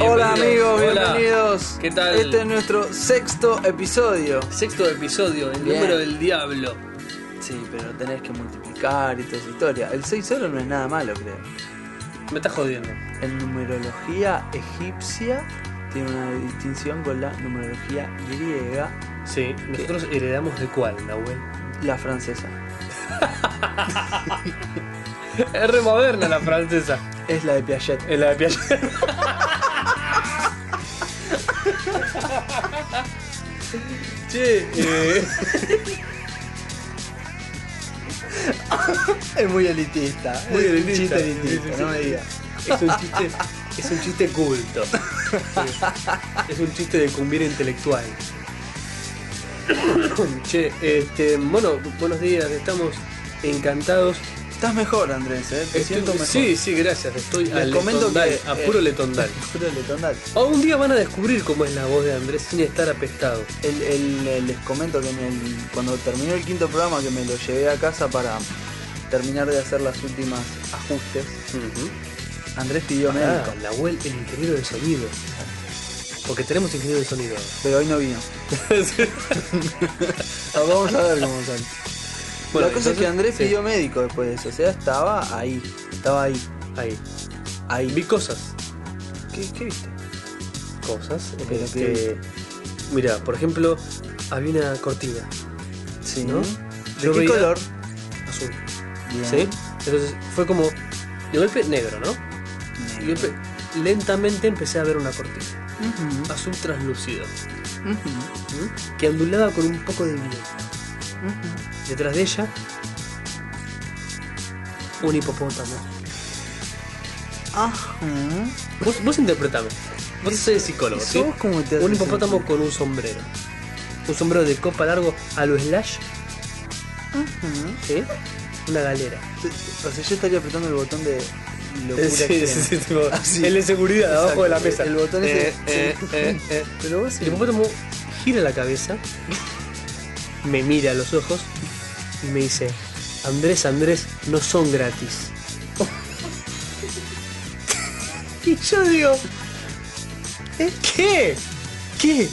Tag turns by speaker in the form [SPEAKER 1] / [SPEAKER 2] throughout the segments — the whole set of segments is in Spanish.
[SPEAKER 1] Hola amigos,
[SPEAKER 2] Hola.
[SPEAKER 1] bienvenidos.
[SPEAKER 2] ¿Qué tal?
[SPEAKER 1] Este es nuestro sexto episodio.
[SPEAKER 2] Sexto episodio, el
[SPEAKER 1] Bien.
[SPEAKER 2] número del diablo.
[SPEAKER 1] Sí, pero tenés que multiplicar y toda esa historia. El 6 solo no es nada malo, creo.
[SPEAKER 2] Me estás jodiendo.
[SPEAKER 1] En numerología egipcia tiene una distinción con la numerología griega,
[SPEAKER 2] Sí, nosotros heredamos de cuál, Nahuel.
[SPEAKER 1] la francesa.
[SPEAKER 2] Es re moderna la francesa.
[SPEAKER 1] Es la de Piaget.
[SPEAKER 2] Es la de Piaget. che, eh,
[SPEAKER 1] Es muy elitista.
[SPEAKER 2] Muy
[SPEAKER 1] es
[SPEAKER 2] elitista.
[SPEAKER 1] Un chiste elitista,
[SPEAKER 2] Sí, sí,
[SPEAKER 1] no
[SPEAKER 2] sí.
[SPEAKER 1] me digas.
[SPEAKER 2] es un chiste. Es un chiste culto. Sí. Es un chiste de cumbira intelectual. che, este, bueno, buenos días, estamos encantados
[SPEAKER 1] Estás mejor, Andrés, ¿eh? Te
[SPEAKER 2] Estoy-
[SPEAKER 1] siento mejor.
[SPEAKER 2] Sí, sí, gracias. Estoy
[SPEAKER 1] Les
[SPEAKER 2] al
[SPEAKER 1] comento
[SPEAKER 2] letondal,
[SPEAKER 1] que,
[SPEAKER 2] a
[SPEAKER 1] eh,
[SPEAKER 2] puro letondal.
[SPEAKER 1] Pero le tondal.
[SPEAKER 2] Algún día van a descubrir cómo es la voz de Andrés sin estar apestado.
[SPEAKER 1] El- el- el- les comento que en el- cuando terminó el quinto programa que me lo llevé a casa para terminar de hacer las últimas ajustes, Andrés pidió
[SPEAKER 2] Ah,
[SPEAKER 1] médico,
[SPEAKER 2] Nahuel, el ingeniero de sonido. Porque tenemos ingeniero de sonido.
[SPEAKER 1] pero hoy no vino.
[SPEAKER 2] Ah,
[SPEAKER 1] Vamos a ver cómo sale.
[SPEAKER 2] Bueno,
[SPEAKER 1] la cosa es que
[SPEAKER 2] entonces,
[SPEAKER 1] Andrés
[SPEAKER 2] sí.
[SPEAKER 1] pidió médico después de eso, o sea, estaba ahí, estaba ahí,
[SPEAKER 2] Ahí.
[SPEAKER 1] ahí.
[SPEAKER 2] Vi cosas.
[SPEAKER 1] ¿Qué, qué viste?
[SPEAKER 2] Cosas.
[SPEAKER 1] Pero
[SPEAKER 2] este, Mira, por ejemplo, había una cortina
[SPEAKER 1] Sí.
[SPEAKER 2] ¿No?
[SPEAKER 1] ¿De
[SPEAKER 2] Yo
[SPEAKER 1] qué
[SPEAKER 2] veía-
[SPEAKER 1] color?
[SPEAKER 2] azul.
[SPEAKER 1] Bien.
[SPEAKER 2] ¿Sí? Entonces fue como. De golpe negro, ¿no? Y de
[SPEAKER 1] Negro.
[SPEAKER 2] golpe, lentamente empecé a ver una cortina.
[SPEAKER 1] Ujú,
[SPEAKER 2] Azul translúcido.
[SPEAKER 1] ujú,
[SPEAKER 2] ¿Mm? que ondulaba con un poco de viento.
[SPEAKER 1] ujú.
[SPEAKER 2] Detrás de ella, un hipopótamo.
[SPEAKER 1] Ajá.
[SPEAKER 2] Vos, vos interpretame. Vos sos psicólogo,
[SPEAKER 1] ¿Y
[SPEAKER 2] ¿sí?
[SPEAKER 1] sos cómo te
[SPEAKER 2] Un
[SPEAKER 1] haces
[SPEAKER 2] hipopótamo
[SPEAKER 1] sentir?
[SPEAKER 2] con un sombrero. Un sombrero de copa largo a lo slash,
[SPEAKER 1] Ujú.
[SPEAKER 2] ¿sí? Una galera.
[SPEAKER 1] O sea, yo estaría apretando el botón de locura.
[SPEAKER 2] Sí,
[SPEAKER 1] extrema.
[SPEAKER 2] sí, sí, tipo,
[SPEAKER 1] Así.
[SPEAKER 2] El de seguridad
[SPEAKER 1] Exacto,
[SPEAKER 2] abajo de la
[SPEAKER 1] el-
[SPEAKER 2] mesa. Eh,
[SPEAKER 1] el botón ese, sí.
[SPEAKER 2] Pero vos, el hipopótamo gira la cabeza, me mira a los ojos y me dice: Andrés, Andrés, no son gratis. y yo digo: "¿Eh? ¿Qué? ¿Qué?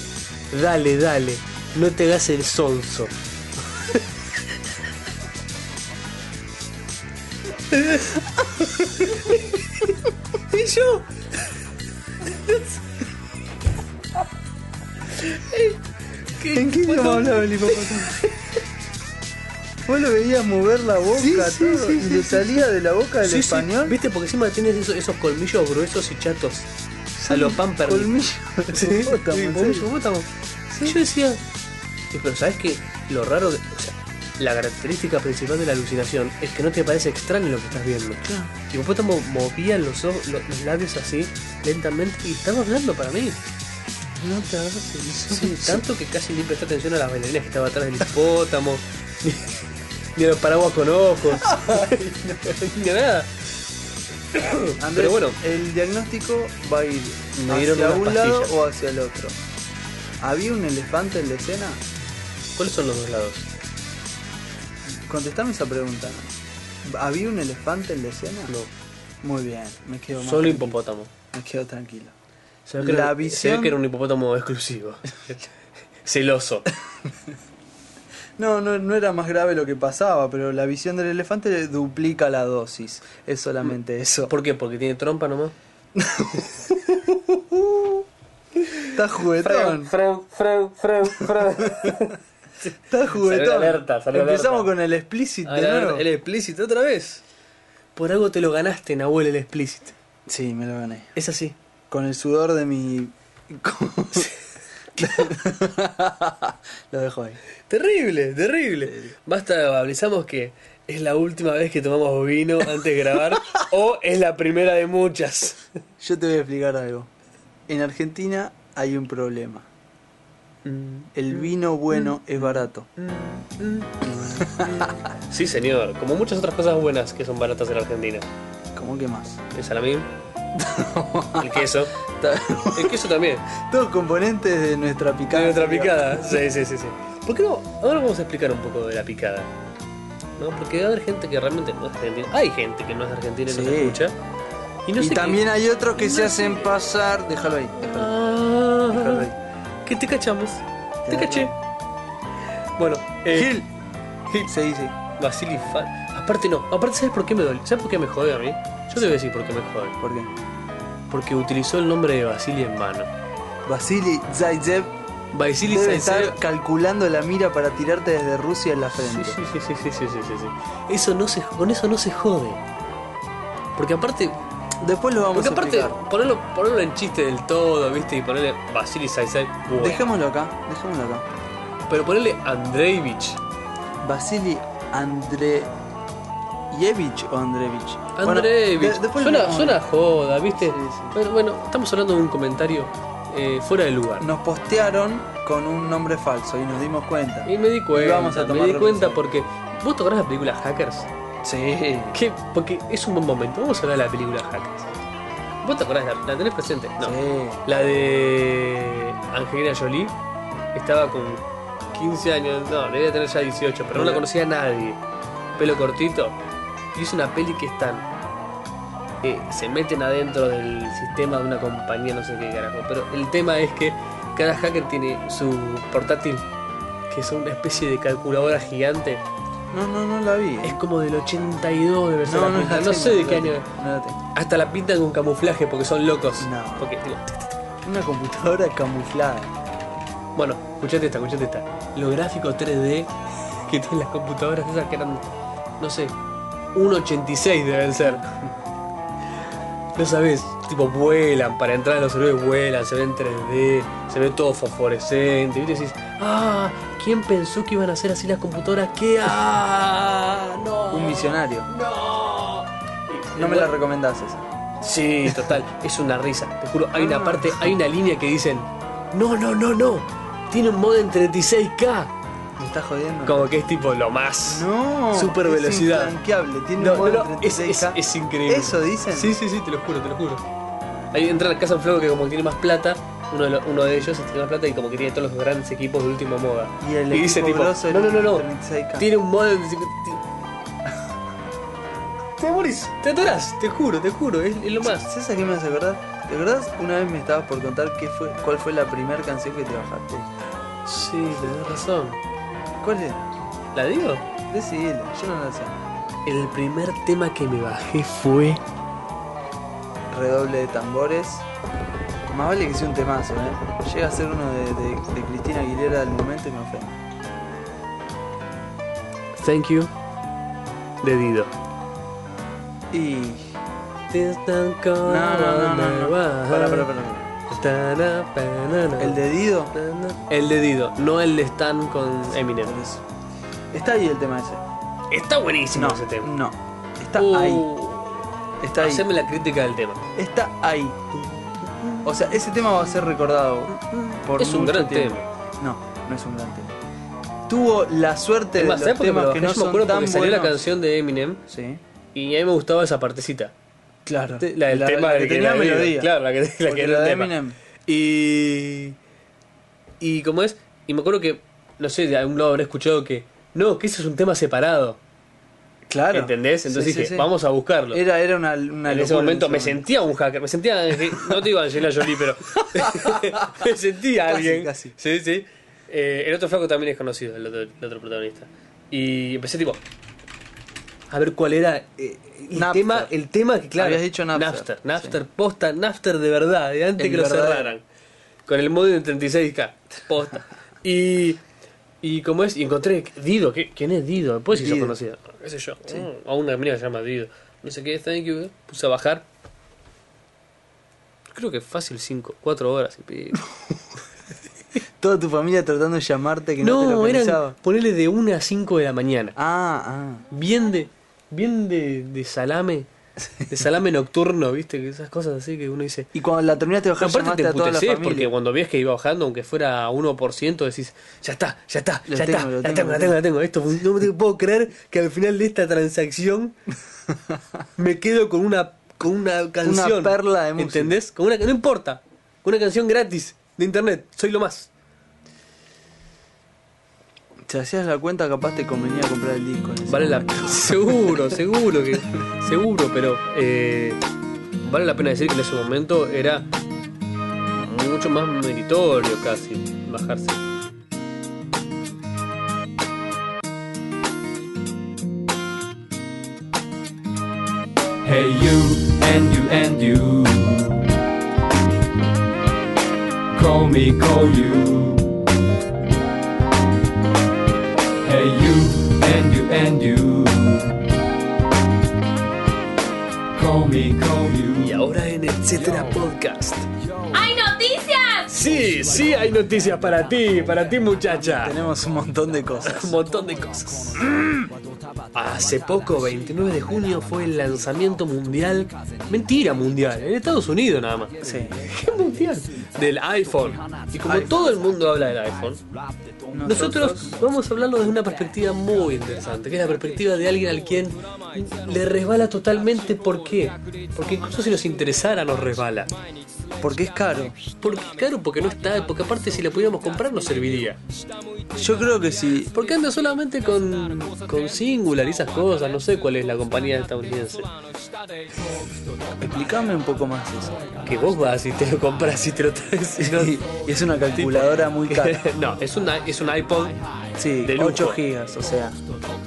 [SPEAKER 2] Dale, dale, no te hagas el sonso. y yo.
[SPEAKER 1] ¿En qué idioma hablaba el hipopótamo? Vos lo veías mover la boca,
[SPEAKER 2] Sí, sí,
[SPEAKER 1] todo,
[SPEAKER 2] sí,
[SPEAKER 1] y
[SPEAKER 2] sí,
[SPEAKER 1] le
[SPEAKER 2] sí.
[SPEAKER 1] salía de la boca del
[SPEAKER 2] Sí, sí,
[SPEAKER 1] español.
[SPEAKER 2] ¿Viste? Porque encima tienes esos, esos colmillos gruesos y chatos. a los pamper.
[SPEAKER 1] Colmillo.
[SPEAKER 2] Sí,
[SPEAKER 1] Hipopótamo,
[SPEAKER 2] sí,
[SPEAKER 1] en
[SPEAKER 2] colmillo
[SPEAKER 1] serio.
[SPEAKER 2] hipopótamo.
[SPEAKER 1] Sí.
[SPEAKER 2] Y yo decía, "Eh, pero ¿sabes qué? Lo raro, de- o sea, la característica principal de la alucinación es que no te parece extraño lo que estás viendo.
[SPEAKER 1] Claro.
[SPEAKER 2] Y hipopótamo movía los, ojos- lo- los labios así, lentamente, y estaba hablando para mí.
[SPEAKER 1] No te hagas el
[SPEAKER 2] Sí,
[SPEAKER 1] susto.
[SPEAKER 2] tanto que casi ni presté atención a las bailarinas que estaba atrás del hipopótamo, ni, ni a los paraguas con ojos, ni a nada.
[SPEAKER 1] Andrés,
[SPEAKER 2] Pero bueno,
[SPEAKER 1] el diagnóstico va a ir
[SPEAKER 2] Me dieron
[SPEAKER 1] hacia
[SPEAKER 2] unas
[SPEAKER 1] un lado
[SPEAKER 2] pastillas.
[SPEAKER 1] o hacia el otro. ¿Había un elefante en la escena?
[SPEAKER 2] ¿cuáles son los dos lados?
[SPEAKER 1] Contestame esa pregunta. ¿Había un elefante en la escena? Muy bien, me quedo más
[SPEAKER 2] solo
[SPEAKER 1] tranquilo.
[SPEAKER 2] hipopótamo.
[SPEAKER 1] Me quedo tranquilo.
[SPEAKER 2] Se ve, que
[SPEAKER 1] La
[SPEAKER 2] era, se ve
[SPEAKER 1] visión-
[SPEAKER 2] que era un hipopótamo exclusivo. Celoso.
[SPEAKER 1] No, no, no era más grave lo que pasaba, pero la visión del elefante duplica la dosis. Es solamente eso.
[SPEAKER 2] ¿Por qué? Porque tiene trompa nomás.
[SPEAKER 1] Está juguetón.
[SPEAKER 2] Freu, freu, freu, freu.
[SPEAKER 1] Está juguetón.
[SPEAKER 2] Salió alerta, salió
[SPEAKER 1] Empezamos
[SPEAKER 2] alerta.
[SPEAKER 1] con el explícito.
[SPEAKER 2] Ahora, el e- explícito otra vez. Por algo te lo ganaste, Nahuel, el explícito.
[SPEAKER 1] Sí, me lo gané.
[SPEAKER 2] Es así.
[SPEAKER 1] Con el sudor de mi. lo dejo ahí.
[SPEAKER 2] Terrible, terrible. Basta, avisamos que es la última vez que tomamos vino antes de grabar o es la primera de muchas.
[SPEAKER 1] Yo te voy a explicar algo. En Argentina hay un problema. El vino bueno es barato.
[SPEAKER 2] Sí, señor. Como muchas otras cosas buenas que son baratas en Argentina.
[SPEAKER 1] ¿Cómo que más?
[SPEAKER 2] El salamín. El queso. El queso también.
[SPEAKER 1] Todos componentes de nuestra picada.
[SPEAKER 2] De nuestra picada. Sí, sí, sí, sí. ¿Por qué no? Ahora vamos a explicar un poco de la picada. ¿No? Porque va a haber gente que realmente no es argentina. Hay gente que no es argentina y
[SPEAKER 1] Sí.
[SPEAKER 2] nos escucha. Y Y no sé
[SPEAKER 1] y
[SPEAKER 2] qué-
[SPEAKER 1] también hay otros que se hacen pasar. Déjalo ahí. déjalo ahí, déjalo
[SPEAKER 2] Ah,
[SPEAKER 1] ahí.
[SPEAKER 2] que te cachamos. Te
[SPEAKER 1] Tenés
[SPEAKER 2] caché. Bueno, eh,
[SPEAKER 1] Gil. Gil se dice.
[SPEAKER 2] Vasily Fa- Aparte no, aparte ¿sabes por qué me duele? ¿Sabes por qué me jode a mí? Yo te voy a decir por qué me jode.
[SPEAKER 1] ¿Por qué?
[SPEAKER 2] Porque utilizó el nombre de Vasily en vano.
[SPEAKER 1] Vasily Zaitsev
[SPEAKER 2] Vasily Zaitsev-
[SPEAKER 1] debe estar calculando la mira para tirarte desde Rusia en la
[SPEAKER 2] Sí,
[SPEAKER 1] frente.
[SPEAKER 2] sí, sí, sí, sí, sí, sí, sí, sí. Eso no se, con eso no se jode. Porque aparte,
[SPEAKER 1] Después lo vamos
[SPEAKER 2] porque
[SPEAKER 1] a
[SPEAKER 2] aparte,
[SPEAKER 1] explicar.
[SPEAKER 2] ponerlo, ponerlo en chiste del todo, viste, y ponerle Vasily Zaitsev, bueno.
[SPEAKER 1] Dejémoslo acá, dejémoslo acá.
[SPEAKER 2] pero ponerle Andreevich.
[SPEAKER 1] Vasily Andreevich o Andreevich. Bueno,
[SPEAKER 2] Andreevich.
[SPEAKER 1] de- después
[SPEAKER 2] suena,
[SPEAKER 1] nos-
[SPEAKER 2] suena joda, viste.
[SPEAKER 1] Sí, sí.
[SPEAKER 2] Pero bueno, estamos hablando de un comentario eh, fuera de lugar.
[SPEAKER 1] Nos postearon con un nombre falso y nos dimos cuenta.
[SPEAKER 2] Y me di cuenta,
[SPEAKER 1] vamos a tomar
[SPEAKER 2] me di cuenta
[SPEAKER 1] represalias.
[SPEAKER 2] porque vos tocás la película Hackers.
[SPEAKER 1] Sí.
[SPEAKER 2] ¿Qué? Porque es un buen momento. Vamos a hablar de la película Hackers. ¿Vos te acordás? ¿La, la tenés presente? No.
[SPEAKER 1] Sí.
[SPEAKER 2] La de Angelina Jolie estaba con 15 años, no, debía tener ya 18, pero no la conocía nadie. Pelo cortito. Y es una peli que están. eh, se meten adentro del sistema de una compañía, no sé qué carajo. Pero el tema es que cada hacker tiene su portátil, que es una especie de calculadora gigante.
[SPEAKER 1] No, no, no la vi.
[SPEAKER 2] Es como del 82 de versión.
[SPEAKER 1] la
[SPEAKER 2] argentina,
[SPEAKER 1] tengo,
[SPEAKER 2] no sé de
[SPEAKER 1] la
[SPEAKER 2] qué año.
[SPEAKER 1] tengo,
[SPEAKER 2] es.
[SPEAKER 1] No la tengo.
[SPEAKER 2] Hasta la pintan con camuflaje porque son locos.
[SPEAKER 1] No.
[SPEAKER 2] Porque, tipo,
[SPEAKER 1] Una computadora camuflada.
[SPEAKER 2] Bueno, escuchate esta, escuchate esta. Los gráficos 3D que tienen las computadoras esas que eran, no sé, 1.86 deben ser. No sabes, tipo vuelan, para entrar en los servidores vuelan, se ven 3D, se ve todo fosforescente. Y vos decís, ah, ¿quién pensó que iban a ser así las computadoras? ¿Qué? ¡Ah! ¡No!
[SPEAKER 1] Un misionario.
[SPEAKER 2] ¡No!
[SPEAKER 1] No me la recomendás esa.
[SPEAKER 2] Sí, total, es una risa. Te juro, hay una
[SPEAKER 1] Ah.
[SPEAKER 2] parte, hay una línea que dicen, no, no, no, no, tiene un modem 36K.
[SPEAKER 1] Me estás jodiendo.
[SPEAKER 2] Como que es tipo lo más.
[SPEAKER 1] No.
[SPEAKER 2] Super
[SPEAKER 1] es
[SPEAKER 2] velocidad.
[SPEAKER 1] infranqueable, Tiene
[SPEAKER 2] No,
[SPEAKER 1] un modo
[SPEAKER 2] no, no, es,
[SPEAKER 1] 36K.
[SPEAKER 2] es- es increíble.
[SPEAKER 1] ¿Eso dicen?
[SPEAKER 2] Sí, sí, sí, te lo juro, te lo juro. Ahí entra la casa en fuego que como tiene más plata, uno de, lo- uno de ellos tiene más plata y como que tiene todos los grandes equipos de última moda.
[SPEAKER 1] Y el
[SPEAKER 2] Y dice,
[SPEAKER 1] equipo
[SPEAKER 2] tipo,
[SPEAKER 1] grosso
[SPEAKER 2] no, no, no, no.
[SPEAKER 1] 36K.
[SPEAKER 2] Tiene un modem... de- Te morís, te atorás, te juro, te juro, es, es lo más.
[SPEAKER 1] ¿Sabes a qué me hace acordar? ¿Te acordás? Una vez me estabas por contar qué fue, cuál fue la primera canción que te bajaste.
[SPEAKER 2] Sí, tenés razón.
[SPEAKER 1] ¿Cuál es?
[SPEAKER 2] ¿La digo?
[SPEAKER 1] Decidilo, yo no la sé.
[SPEAKER 2] El primer tema que me bajé fue.
[SPEAKER 1] Redoble de tambores. Más vale que sea un temazo, ¿eh? Llega a ser uno de, de- de Cristina Aguilera del momento y me ofende.
[SPEAKER 2] Thank you. De Dido.
[SPEAKER 1] Y. No, no, no, no. no. Pará, pará, pará. El de Dido.
[SPEAKER 2] El de Dido, no el de Stan con Eminem.
[SPEAKER 1] Por eso. Está ahí el tema ese.
[SPEAKER 2] Está buenísimo
[SPEAKER 1] no,
[SPEAKER 2] ese tema.
[SPEAKER 1] no. Está
[SPEAKER 2] Uh,
[SPEAKER 1] ahí. Está ahí.
[SPEAKER 2] Haceme la crítica del tema.
[SPEAKER 1] Está ahí. O sea, ese tema va a ser recordado por
[SPEAKER 2] es un
[SPEAKER 1] mucho
[SPEAKER 2] gran
[SPEAKER 1] tiempo.
[SPEAKER 2] tema.
[SPEAKER 1] No, no es un gran tema. Tuvo la suerte
[SPEAKER 2] Es
[SPEAKER 1] de
[SPEAKER 2] más,
[SPEAKER 1] los
[SPEAKER 2] ¿sabes por qué me
[SPEAKER 1] temas
[SPEAKER 2] bajé?
[SPEAKER 1] que
[SPEAKER 2] Yo
[SPEAKER 1] no
[SPEAKER 2] me
[SPEAKER 1] son
[SPEAKER 2] acuerdo
[SPEAKER 1] tan
[SPEAKER 2] porque
[SPEAKER 1] buenos.
[SPEAKER 2] salió la canción de Eminem
[SPEAKER 1] Sí,
[SPEAKER 2] y a mí me gustaba esa partecita.
[SPEAKER 1] claro.
[SPEAKER 2] Te- La del tema
[SPEAKER 1] la
[SPEAKER 2] del
[SPEAKER 1] que
[SPEAKER 2] que
[SPEAKER 1] tenía
[SPEAKER 2] era Dido.
[SPEAKER 1] melodía.
[SPEAKER 2] Claro, la que, la que
[SPEAKER 1] Porque
[SPEAKER 2] era
[SPEAKER 1] la
[SPEAKER 2] el
[SPEAKER 1] de
[SPEAKER 2] tema.
[SPEAKER 1] Eminem.
[SPEAKER 2] Y. Y como es. Y me acuerdo que. No sé, de algún lado habré escuchado que. No, que eso es un tema separado.
[SPEAKER 1] Claro.
[SPEAKER 2] ¿Entendés? Entonces
[SPEAKER 1] Sí, sí,
[SPEAKER 2] dije,
[SPEAKER 1] sí.
[SPEAKER 2] vamos a buscarlo.
[SPEAKER 1] Era, era una, una
[SPEAKER 2] en ese
[SPEAKER 1] locura
[SPEAKER 2] momento me
[SPEAKER 1] momento.
[SPEAKER 2] sentía un hacker, me sentía. eh, No te iba a Angelina Jolie, pero. me sentía
[SPEAKER 1] Casi,
[SPEAKER 2] alguien.
[SPEAKER 1] casi.
[SPEAKER 2] Sí, sí. Eh, el otro flaco también es conocido, el otro, el otro protagonista. Y empecé tipo. A ver cuál era eh, el
[SPEAKER 1] Napster.
[SPEAKER 2] tema, el tema que claro.
[SPEAKER 1] Habías dicho Napster.
[SPEAKER 2] Napster,
[SPEAKER 1] Sí.
[SPEAKER 2] Napster, posta, Napster de verdad, de antes
[SPEAKER 1] El
[SPEAKER 2] que lo
[SPEAKER 1] verdadero.
[SPEAKER 2] cerraran. Con el modem de 36K, posta. Y y como es, y encontré Dido, ¿qué- ¿quién es Dido? Pues Después se hizo
[SPEAKER 1] Dido.
[SPEAKER 2] conocida. ¿Qué sé yo? mm, a una amiga que se llama Dido. No sé qué, thank you. eh. Puse a bajar. Creo que fácil 5, 4 horas y pico.
[SPEAKER 1] Toda tu familia tratando de llamarte que no, te
[SPEAKER 2] No,
[SPEAKER 1] lo
[SPEAKER 2] eran
[SPEAKER 1] pensaba.
[SPEAKER 2] ponerle de 1 a 5 de la mañana.
[SPEAKER 1] Ah, ah.
[SPEAKER 2] Bien de. Bien de, de salame. De salame nocturno, viste, que esas cosas así que uno dice.
[SPEAKER 1] Y cuando la terminaste de bajar,
[SPEAKER 2] Aparte
[SPEAKER 1] llamaste
[SPEAKER 2] te
[SPEAKER 1] a toda la
[SPEAKER 2] emputeces
[SPEAKER 1] familia.
[SPEAKER 2] porque cuando ves que iba bajando, aunque fuera 1%, decís, ya está, ya está,
[SPEAKER 1] Lo
[SPEAKER 2] ya
[SPEAKER 1] tengo,
[SPEAKER 2] está,
[SPEAKER 1] lo
[SPEAKER 2] la
[SPEAKER 1] tengo,
[SPEAKER 2] tengo,
[SPEAKER 1] lo
[SPEAKER 2] la tengo, la tengo. Esto fue- no me puedo creer que al final de esta transacción me quedo con una con una canción.
[SPEAKER 1] perla de música.
[SPEAKER 2] ¿Entendés? Con una no importa. Con una canción gratis de internet. Soy lo más.
[SPEAKER 1] Si hacías la cuenta, capaz te convenía comprar el disco. en ese
[SPEAKER 2] Vale la
[SPEAKER 1] momento.
[SPEAKER 2] seguro, seguro que. Seguro, pero eh, vale la pena decir que en ese momento era mucho más meritorio casi bajarse.
[SPEAKER 3] Hey you and you and you Call me call you Hey you and you and you Call me call you
[SPEAKER 2] Y ahora en Etcétera Podcast.
[SPEAKER 4] ¡Hay noticias!
[SPEAKER 2] Sí, sí hay noticias para ti, para ti muchacha.
[SPEAKER 1] Tenemos un montón de cosas.
[SPEAKER 2] Un montón de cosas. Mm. Hace poco, 29 de junio, fue el lanzamiento mundial. Mentira, mundial. En Estados Unidos nada más.
[SPEAKER 1] Sí.
[SPEAKER 2] ¿Qué mundial? Del iPhone. Y como todo el mundo habla del iPhone, nosotros vamos a hablarlo desde una perspectiva muy interesante, que es la perspectiva de alguien al quien le resbala totalmente. ¿Por qué? Porque incluso si nos interesara, nos resbala.
[SPEAKER 1] Porque es caro.
[SPEAKER 2] Porque, claro, porque no está, porque aparte si la pudiéramos comprar nos serviría.
[SPEAKER 1] Yo creo que si
[SPEAKER 2] Porque anda solamente con, con Singular y esas cosas, no sé cuál es la compañía estadounidense.
[SPEAKER 1] Explícame un poco más eso.
[SPEAKER 2] Que vos vas y te lo compras y te lo traes y no...
[SPEAKER 1] Y es una calculadora muy cara.
[SPEAKER 2] no, es un, i- es un iPod
[SPEAKER 1] Sí,
[SPEAKER 2] pues. De lujo.
[SPEAKER 1] 8 gigas, o sea,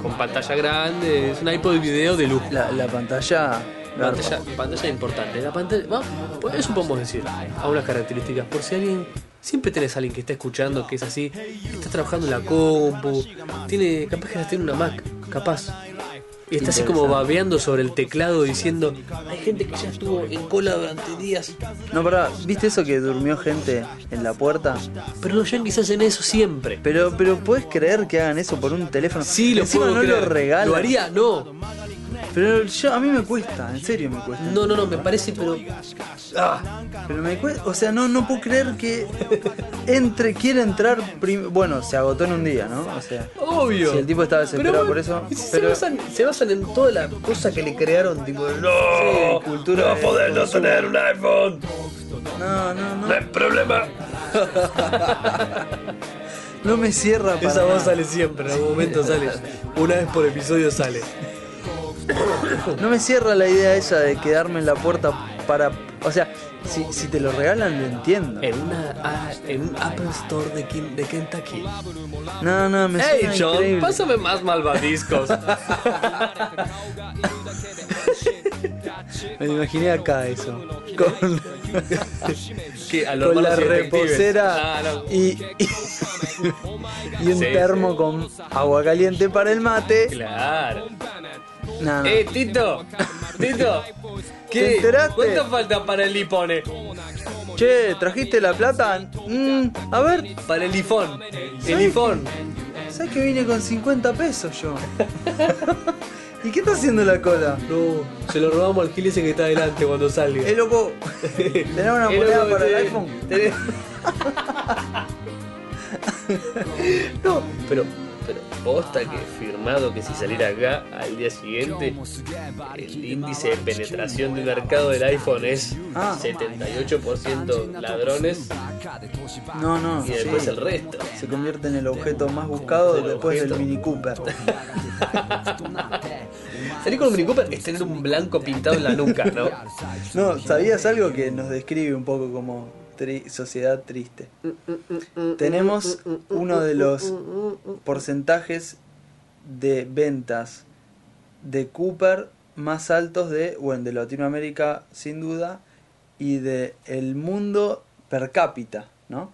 [SPEAKER 2] con pantalla grande, es un iPod video de lujo.
[SPEAKER 1] la, la pantalla... garpa.
[SPEAKER 2] Pantalla, pantalla importante. La pantalla, va, pues eso podemos decir. A unas características. Por si alguien. Siempre tenés a alguien que está escuchando, que es así, que está trabajando en la compu, tiene, capaz que tiene una Mac, capaz. Y está así como babeando sobre el teclado diciendo, hay gente que ya estuvo en cola durante días.
[SPEAKER 1] No, pará, ¿viste eso que durmió gente en la puerta?
[SPEAKER 2] Pero los yankees hacen eso siempre.
[SPEAKER 1] Pero, pero ¿puedes creer que hagan eso por un teléfono?
[SPEAKER 2] Sí, lo
[SPEAKER 1] Encima
[SPEAKER 2] puedo
[SPEAKER 1] no
[SPEAKER 2] creer.
[SPEAKER 1] lo regalan.
[SPEAKER 2] Lo haría, no.
[SPEAKER 1] Pero yo, a mí me cuesta, en serio me cuesta.
[SPEAKER 2] No, no, no, me parece, pero. Ah,
[SPEAKER 1] Pero me cuesta, o sea, no, no puedo creer que entre, quiere entrar prim- Bueno, se agotó en un día, ¿no? O sea,
[SPEAKER 2] obvio.
[SPEAKER 1] Si el tipo estaba desesperado
[SPEAKER 2] Pero,
[SPEAKER 1] por eso,
[SPEAKER 2] si Se,
[SPEAKER 1] pero-
[SPEAKER 2] basan, se basan en toda la cosa que le crearon, tipo, no,
[SPEAKER 1] Sí, cultura
[SPEAKER 2] no
[SPEAKER 1] de
[SPEAKER 2] poder no
[SPEAKER 1] consumo".
[SPEAKER 2] tener un iPhone,
[SPEAKER 1] no, no,
[SPEAKER 2] no
[SPEAKER 1] no,
[SPEAKER 2] hay problema.
[SPEAKER 1] no me cierra para
[SPEAKER 2] Esa voz
[SPEAKER 1] nada.
[SPEAKER 2] sale siempre, en algún momento sale. Una vez por episodio sale.
[SPEAKER 1] No me cierra la idea esa de quedarme en la puerta para... O sea, si, si te lo regalan lo entiendo.
[SPEAKER 2] En, una, ah, en un Apple Store de, Ken- de Kentucky.
[SPEAKER 1] No, no, me
[SPEAKER 2] Hey,
[SPEAKER 1] suena
[SPEAKER 2] John,
[SPEAKER 1] increíble.
[SPEAKER 2] pásame más malvadiscos.
[SPEAKER 1] Me lo imaginé acá eso. Con,
[SPEAKER 2] que a los
[SPEAKER 1] con la
[SPEAKER 2] malos detectives.
[SPEAKER 1] reposera
[SPEAKER 2] Ah, no.
[SPEAKER 1] y, y, y un
[SPEAKER 2] Sí,
[SPEAKER 1] termo
[SPEAKER 2] sí.
[SPEAKER 1] con agua caliente para el mate.
[SPEAKER 2] Claro.
[SPEAKER 1] No, no.
[SPEAKER 2] Eh, Tito, Tito, ¿qué?
[SPEAKER 1] ¿Te enteraste?
[SPEAKER 2] ¿Cuánto falta para el lipone?
[SPEAKER 1] Che, ¿trajiste la plata? Mm, a ver,
[SPEAKER 2] Para el lifón. El
[SPEAKER 1] Sí.
[SPEAKER 2] lifón.
[SPEAKER 1] ¿sabes que vine con 50 pesos yo? ¿Y qué está haciendo la cola?
[SPEAKER 2] No, se lo robamos al gil ese que está adelante cuando salga.
[SPEAKER 1] Eh, loco, ¿tenés una
[SPEAKER 2] Eh,
[SPEAKER 1] moneda
[SPEAKER 2] loco,
[SPEAKER 1] para el
[SPEAKER 2] tenés-
[SPEAKER 1] iPhone?
[SPEAKER 2] tenés- no, pero, pero posta que firmado que si saliera acá al día siguiente, el índice de penetración del mercado del iPhone es
[SPEAKER 1] Ah.
[SPEAKER 2] 78% ladrones
[SPEAKER 1] No, no,
[SPEAKER 2] y después
[SPEAKER 1] sí.
[SPEAKER 2] el resto.
[SPEAKER 1] Se convierte en el objeto más buscado
[SPEAKER 2] El
[SPEAKER 1] después
[SPEAKER 2] objeto.
[SPEAKER 1] del Mini Cooper.
[SPEAKER 2] Salir con un Mini Cooper es tener un blanco pintado en la nuca, ¿no?
[SPEAKER 1] No, ¿sabías algo que nos describe un poco como tri- sociedad triste? Tenemos uno de los porcentajes de ventas de Cooper más altos de, bueno, de Latinoamérica sin duda y de el mundo per cápita, ¿no?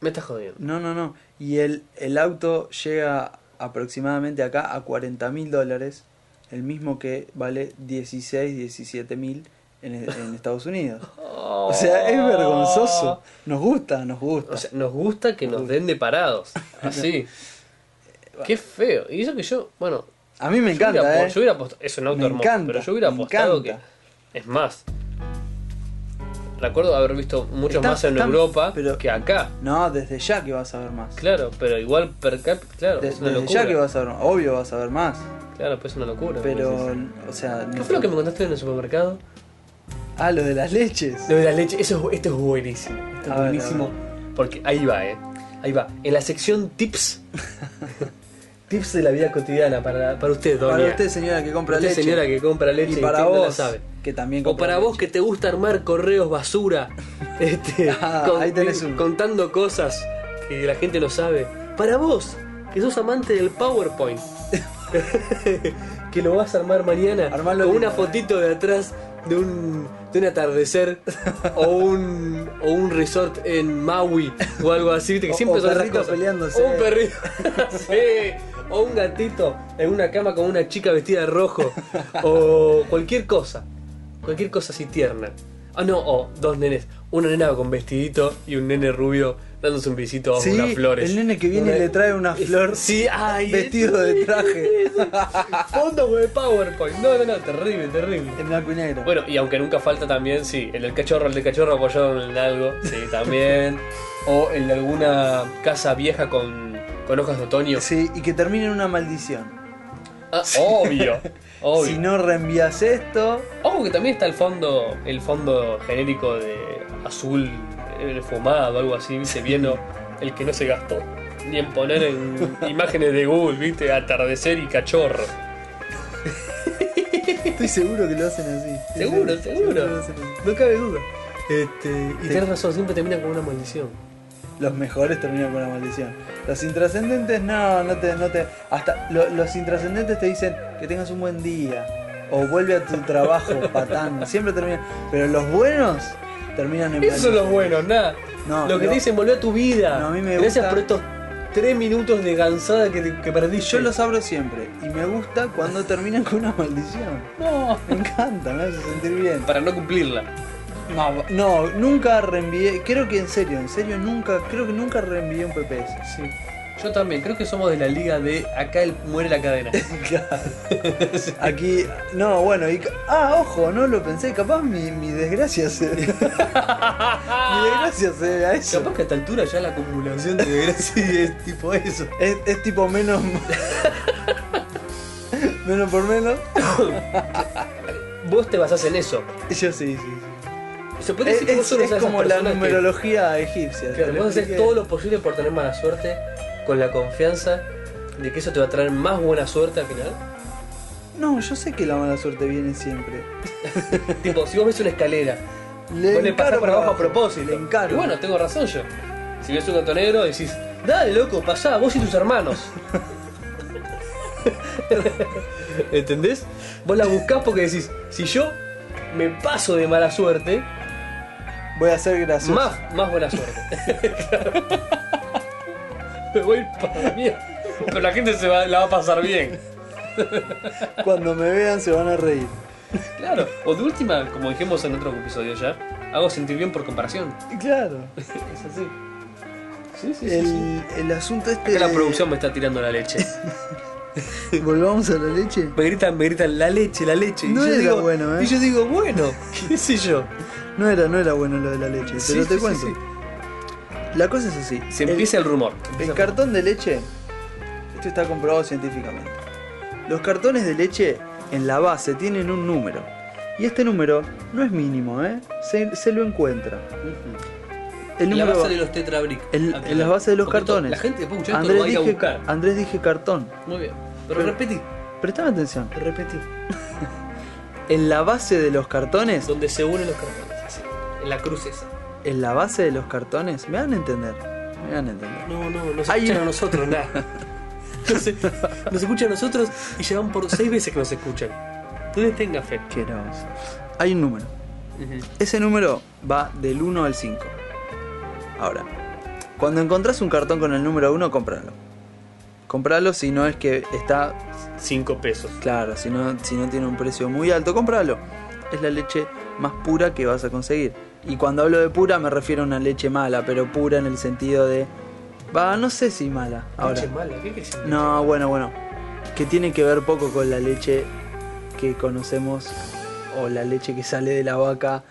[SPEAKER 2] Me estás jodiendo.
[SPEAKER 1] No, no, no. Y el, el auto llega aproximadamente acá a 40 mil dólares, el mismo que vale 16, 17 mil en, en Estados Unidos. O sea, es vergonzoso. Nos gusta, nos gusta.
[SPEAKER 2] Oh. O sea, nos gusta que nos den de parados. Así. Qué feo. Y eso que yo, bueno,
[SPEAKER 1] a mí me
[SPEAKER 2] yo hubiera
[SPEAKER 1] encanta,
[SPEAKER 2] apo-
[SPEAKER 1] ¿eh?
[SPEAKER 2] yo hubiera apostado. Es un auto
[SPEAKER 1] Me
[SPEAKER 2] hermoso.
[SPEAKER 1] encanta,
[SPEAKER 2] pero yo hubiera
[SPEAKER 1] me
[SPEAKER 2] apostado que.
[SPEAKER 1] encanta.
[SPEAKER 2] Es más. Recuerdo haber visto muchos
[SPEAKER 1] Está-
[SPEAKER 2] más en
[SPEAKER 1] está-
[SPEAKER 2] Europa
[SPEAKER 1] pero-
[SPEAKER 2] que acá.
[SPEAKER 1] No, desde ya que vas a ver más.
[SPEAKER 2] Claro, pero igual per cápita. Claro,
[SPEAKER 1] De-
[SPEAKER 2] es una
[SPEAKER 1] desde
[SPEAKER 2] locura.
[SPEAKER 1] ya que vas a ver más. Obvio vas a ver más.
[SPEAKER 2] Claro, pues es una locura.
[SPEAKER 1] Pero,
[SPEAKER 2] Pues es-
[SPEAKER 1] o sea...
[SPEAKER 2] ¿Qué fue lo que me contaste en el supermercado?
[SPEAKER 1] Ah, lo de las leches.
[SPEAKER 2] Lo de la leche, eso es- esto es buenísimo. Esto es
[SPEAKER 1] A ver,
[SPEAKER 2] buenísimo. Porque ahí va, eh. Ahí va. En la sección tips Tips de la vida cotidiana para, para usted, doña.
[SPEAKER 1] Para usted, señora que compra
[SPEAKER 2] Usted,
[SPEAKER 1] leche.
[SPEAKER 2] señora que compra leche,
[SPEAKER 1] Y para
[SPEAKER 2] usted no la
[SPEAKER 1] vos,
[SPEAKER 2] sabe.
[SPEAKER 1] que también
[SPEAKER 2] O
[SPEAKER 1] compra
[SPEAKER 2] para vos que te gusta armar correos basura, este,
[SPEAKER 1] Ah, ahí tenés uno.
[SPEAKER 2] contando cosas que la gente no sabe. Para vos que sos amante del PowerPoint, que lo vas a armar mañana
[SPEAKER 1] Armalo
[SPEAKER 2] con
[SPEAKER 1] bien,
[SPEAKER 2] una
[SPEAKER 1] eh.
[SPEAKER 2] fotito de atrás de un, de un atardecer o un, o un resort en Maui o algo así, viste, que
[SPEAKER 1] O-
[SPEAKER 2] siempre
[SPEAKER 1] o
[SPEAKER 2] son esas
[SPEAKER 1] perrito
[SPEAKER 2] cosas.
[SPEAKER 1] peleándose.
[SPEAKER 2] O un perrito, sí, o un gatito en una cama con una chica vestida de rojo o cualquier cosa, cualquier cosa así tierna. Ah, no, o dos nenes, una nena con vestidito y un nene rubio dándose un besito a
[SPEAKER 1] Sí,
[SPEAKER 2] unas flores.
[SPEAKER 1] el nene que viene y le trae una flor
[SPEAKER 2] Sí, ay,
[SPEAKER 1] vestido de traje.
[SPEAKER 2] Fondo de PowerPoint. No, no, no, terrible, terrible.
[SPEAKER 1] en blanco y negro.
[SPEAKER 2] Bueno, y aunque nunca falta también, sí, el del cachorro, el del cachorro apoyado en algo, sí, también. o el de alguna casa vieja con, con hojas de otoño.
[SPEAKER 1] Sí, y que termine en una maldición.
[SPEAKER 2] Ah, Obvio, obvio.
[SPEAKER 1] Si no reenvías esto,
[SPEAKER 2] Ojo que también está el fondo, el fondo genérico de azul eh, fumado, algo así, viste, viendo el que no se gastó. Ni en poner en imágenes de Google, viste, atardecer y cachorro.
[SPEAKER 1] estoy seguro que lo hacen así. Estoy
[SPEAKER 2] Seguro,
[SPEAKER 1] que
[SPEAKER 2] seguro.
[SPEAKER 1] lo hacen así.
[SPEAKER 2] No cabe duda. Este, y
[SPEAKER 1] Sí.
[SPEAKER 2] tenés razón, siempre termina con una maldición.
[SPEAKER 1] Los mejores terminan con una maldición. Los intrascendentes no, no te, no te. Hasta lo- los intrascendentes te dicen que tengas un buen día. O vuelve a tu trabajo, patán. Siempre terminan. Pero los buenos terminan en
[SPEAKER 2] Eso son los
[SPEAKER 1] maldición.
[SPEAKER 2] buenos, nada.
[SPEAKER 1] No,
[SPEAKER 2] lo que
[SPEAKER 1] no.
[SPEAKER 2] te dicen, volvé a tu vida.
[SPEAKER 1] No, a mí me
[SPEAKER 2] Gracias
[SPEAKER 1] gusta-
[SPEAKER 2] por estos tres minutos de gansada que, te- que perdí.
[SPEAKER 1] Yo los abro siempre. Y me gusta cuando terminan con una maldición.
[SPEAKER 2] No.
[SPEAKER 1] Me encanta, me hace sentir bien.
[SPEAKER 2] Para no cumplirla.
[SPEAKER 1] No, no, nunca reenvié. Creo que en serio, en serio, nunca. Creo que nunca reenvié un PPS.
[SPEAKER 2] Sí. Yo también, creo que somos de la liga de acá el, muere la cadena.
[SPEAKER 1] Aquí, no, bueno, y. ca- Ah, ojo, no lo pensé. Capaz mi, mi desgracia se. mi desgracia se debe a eso.
[SPEAKER 2] Capaz que a esta altura ya la acumulación de desgracia es tipo eso.
[SPEAKER 1] Es, es tipo menos. menos por menos.
[SPEAKER 2] Vos te basás en eso.
[SPEAKER 1] Yo sí, sí, sí.
[SPEAKER 2] Se puede
[SPEAKER 1] Es,
[SPEAKER 2] decir que vos
[SPEAKER 1] es-
[SPEAKER 2] sos una de
[SPEAKER 1] es
[SPEAKER 2] esas
[SPEAKER 1] como la
[SPEAKER 2] personas que-
[SPEAKER 1] numerología egipcia.
[SPEAKER 2] Claro,
[SPEAKER 1] te lo
[SPEAKER 2] vos haces
[SPEAKER 1] expliqué.
[SPEAKER 2] todo lo posible por tener mala suerte con la confianza de que eso te va a traer más buena suerte al final.
[SPEAKER 1] No, yo sé que la mala suerte viene siempre.
[SPEAKER 2] tipo, si vos ves una escalera,
[SPEAKER 1] Le
[SPEAKER 2] vos le pasás
[SPEAKER 1] encargo
[SPEAKER 2] por abajo a
[SPEAKER 1] abajo,
[SPEAKER 2] propósito.
[SPEAKER 1] Le encargo.
[SPEAKER 2] Y bueno, tengo razón yo. Si ves un gato negro, decís, dale loco, pasá, vos y tus hermanos. ¿Entendés? Vos la buscás porque decís, si yo me paso de mala suerte,
[SPEAKER 1] voy a ser gracioso.
[SPEAKER 2] más, más buena suerte. me voy para la mierda. Pero la gente se va, la va a pasar bien.
[SPEAKER 1] Cuando me vean se van a reír.
[SPEAKER 2] Claro. O de última, como dijimos en otro episodio ya, hago sentir bien por comparación.
[SPEAKER 1] Y Claro.
[SPEAKER 2] Es así. Sí, sí, sí. sí.
[SPEAKER 1] El, el asunto este.
[SPEAKER 2] Acá la
[SPEAKER 1] de-
[SPEAKER 2] producción me está tirando la leche.
[SPEAKER 1] Volvamos a la leche.
[SPEAKER 2] Me gritan, me gritan la leche, la leche.
[SPEAKER 1] No
[SPEAKER 2] y yo
[SPEAKER 1] era
[SPEAKER 2] digo,
[SPEAKER 1] bueno, ¿eh?
[SPEAKER 2] Y yo digo, bueno, qué sé yo.
[SPEAKER 1] No era, no era bueno lo de la leche,
[SPEAKER 2] Sí,
[SPEAKER 1] pero
[SPEAKER 2] sí,
[SPEAKER 1] te
[SPEAKER 2] sí,
[SPEAKER 1] cuento.
[SPEAKER 2] sí.
[SPEAKER 1] La cosa es así.
[SPEAKER 2] Se
[SPEAKER 1] el-
[SPEAKER 2] empieza el rumor.
[SPEAKER 1] El,
[SPEAKER 2] Empieza el rumor.
[SPEAKER 1] cartón de leche, esto está comprobado científicamente. Los cartones de leche en la base tienen un número. Y este número no es mínimo, ¿eh? Se, se lo encuentra. El
[SPEAKER 2] En la
[SPEAKER 1] número
[SPEAKER 2] base de los tetrabric.
[SPEAKER 1] en- en las bases de los
[SPEAKER 2] Porque to-
[SPEAKER 1] cartones.
[SPEAKER 2] La gente después escuchar esto lo
[SPEAKER 1] Andrés,
[SPEAKER 2] va a ir a
[SPEAKER 1] dije,
[SPEAKER 2] buscar.
[SPEAKER 1] Andrés dije cartón.
[SPEAKER 2] Muy bien. Pero,
[SPEAKER 1] Pero-
[SPEAKER 2] repetí,
[SPEAKER 1] Prestame atención.
[SPEAKER 2] repetí.
[SPEAKER 1] En la base de los cartones
[SPEAKER 2] Donde se unen los cartones. así, En la cruz esa.
[SPEAKER 1] en la base de los cartones, me van a entender. Me van a entender.
[SPEAKER 2] No, no, nos
[SPEAKER 1] Hay
[SPEAKER 2] escuchan
[SPEAKER 1] un-
[SPEAKER 2] a nosotros, nada. Nos, nos escuchan a nosotros y ya van por seis veces que nos escuchan. No les tenga fe.
[SPEAKER 1] Que no. Hay un número. Ese número va del 1 al 5. Ahora, cuando encontrás un cartón con el número 1, cómpralo. Cómpralo si no es que está
[SPEAKER 2] Cinco pesos.
[SPEAKER 1] claro, si no, si no tiene un precio muy alto, cómpralo. Es la leche más pura que vas a conseguir. Y cuando hablo de pura me refiero a una leche mala, pero pura en el sentido de... Va, no sé si mala. Ahora.
[SPEAKER 2] Leche mala, ¿qué querés decir?
[SPEAKER 1] No, bueno, bueno. Que tiene que ver poco con la leche que conocemos o la leche que sale de la vaca.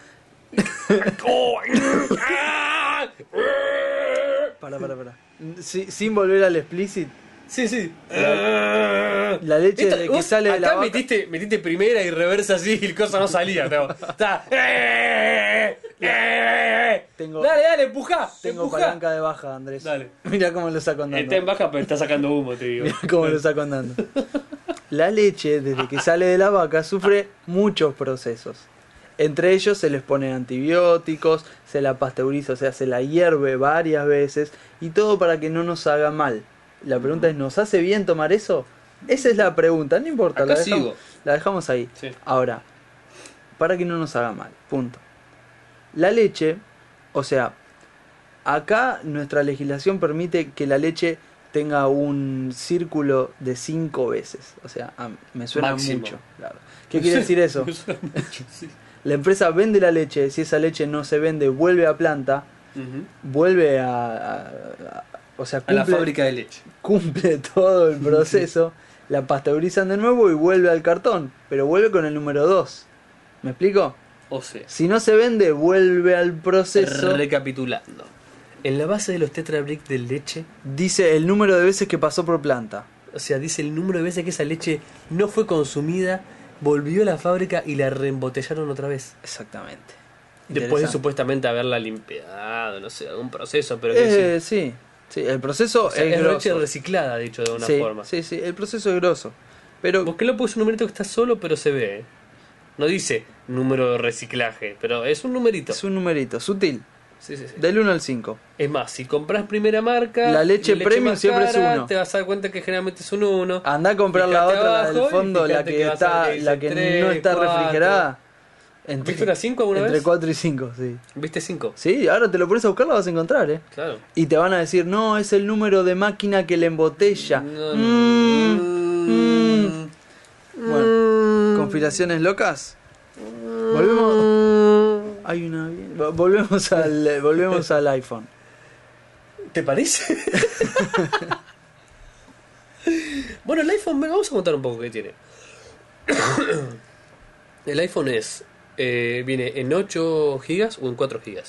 [SPEAKER 1] Para, para, para. Si- sin volver al explicit,
[SPEAKER 2] Sí, sí.
[SPEAKER 1] La leche de que
[SPEAKER 2] vos
[SPEAKER 1] sale de la
[SPEAKER 2] acá
[SPEAKER 1] vaca-
[SPEAKER 2] Metiste, metiste primera y reversa así y el cosa no salía. Tengo. Está.
[SPEAKER 1] Tengo-
[SPEAKER 2] eh, dale, dale, empujá.
[SPEAKER 1] Tengo
[SPEAKER 2] empujá.
[SPEAKER 1] palanca de baja, Andrés.
[SPEAKER 2] Dale.
[SPEAKER 1] Mira cómo lo saco andando.
[SPEAKER 2] Está en baja, pero está sacando humo, te digo.
[SPEAKER 1] Mirá cómo lo saco andando. La leche, desde que sale de la vaca, sufre muchos procesos. Entre ellos se les ponen antibióticos, se la pasteuriza, o sea, se la hierve varias veces y todo para que no nos haga mal. La pregunta es, ¿nos hace bien tomar eso? Esa es la pregunta, no importa, la
[SPEAKER 2] Acá
[SPEAKER 1] dejamos,
[SPEAKER 2] sigo.
[SPEAKER 1] la dejamos ahí.
[SPEAKER 2] Sí.
[SPEAKER 1] Ahora, para que no nos haga mal, punto. La leche, o sea, acá nuestra legislación permite que la leche tenga un círculo de cinco veces. O sea, a- me suena
[SPEAKER 2] Máximo.
[SPEAKER 1] mucho. claro. ¿Qué quiere decir eso?
[SPEAKER 2] Me suena mucho, sí.
[SPEAKER 1] La empresa vende la leche, si esa leche no se vende, vuelve a planta,
[SPEAKER 2] Ujú.
[SPEAKER 1] vuelve a... a- a- o sea,
[SPEAKER 2] A la
[SPEAKER 1] cumple-
[SPEAKER 2] fábrica de leche.
[SPEAKER 1] cumple todo el proceso, la pasteurizan de nuevo y vuelve al cartón, pero vuelve con el número 2. ¿Me explico?
[SPEAKER 2] O sea.
[SPEAKER 1] Si no se vende, vuelve al proceso.
[SPEAKER 2] Recapitulando. En la base de los Tetra Brick de leche,
[SPEAKER 1] Dice el número de veces que pasó por planta.
[SPEAKER 2] o sea, dice el número de veces que esa leche no fue consumida, volvió a la fábrica y la reembotellaron otra vez.
[SPEAKER 1] Exactamente.
[SPEAKER 2] Después de
[SPEAKER 1] Interesante.
[SPEAKER 2] supuestamente haberla limpiado, no sé, algún proceso, pero que sí.
[SPEAKER 1] Eh, sí. sí, el proceso
[SPEAKER 2] O sea,
[SPEAKER 1] es,
[SPEAKER 2] es leche
[SPEAKER 1] grosso.
[SPEAKER 2] reciclada, dicho de una
[SPEAKER 1] sí,
[SPEAKER 2] forma.
[SPEAKER 1] sí, sí, el proceso es grosso. Pero
[SPEAKER 2] Porque lo puso un numerito que está solo, pero se ve. ¿eh? No dice número de reciclaje, pero es un numerito.
[SPEAKER 1] es un numerito sutil,
[SPEAKER 2] Sí, sí, sí.
[SPEAKER 1] del 1 al 5.
[SPEAKER 2] Es más, si compras primera marca,
[SPEAKER 1] La leche premium
[SPEAKER 2] más
[SPEAKER 1] siempre es
[SPEAKER 2] cara,
[SPEAKER 1] uno. Ah.
[SPEAKER 2] Te vas a dar cuenta que generalmente es un uno.
[SPEAKER 1] Anda a comprar la
[SPEAKER 2] Fijate
[SPEAKER 1] otra, la
[SPEAKER 2] abajo
[SPEAKER 1] del
[SPEAKER 2] y
[SPEAKER 1] fondo, la
[SPEAKER 2] fijate
[SPEAKER 1] que,
[SPEAKER 2] que vas a
[SPEAKER 1] está,
[SPEAKER 2] ver que
[SPEAKER 1] la
[SPEAKER 2] dice
[SPEAKER 1] que
[SPEAKER 2] tres,
[SPEAKER 1] no está
[SPEAKER 2] cuatro.
[SPEAKER 1] refrigerada. Entre,
[SPEAKER 2] ¿Viste una cinco alguna
[SPEAKER 1] entre
[SPEAKER 2] vez?
[SPEAKER 1] 4 y 5, sí.
[SPEAKER 2] ¿Viste 5?
[SPEAKER 1] Sí, ahora te lo pones a buscar, la vas a encontrar, ¿eh?
[SPEAKER 2] Claro.
[SPEAKER 1] Y te van a decir, no, es el número de máquina que la embotella.
[SPEAKER 2] No,
[SPEAKER 1] Mm, mm.
[SPEAKER 2] Mm.
[SPEAKER 1] Bueno, conspiraciones locas. Volvemos. Hay una bien- vo- Volvemos al, volvemos al iPhone.
[SPEAKER 2] ¿Te parece? bueno, el iPhone, venga, vamos a contar un poco qué tiene. el iPhone es. eh, viene en 8 GB o en 4 GB.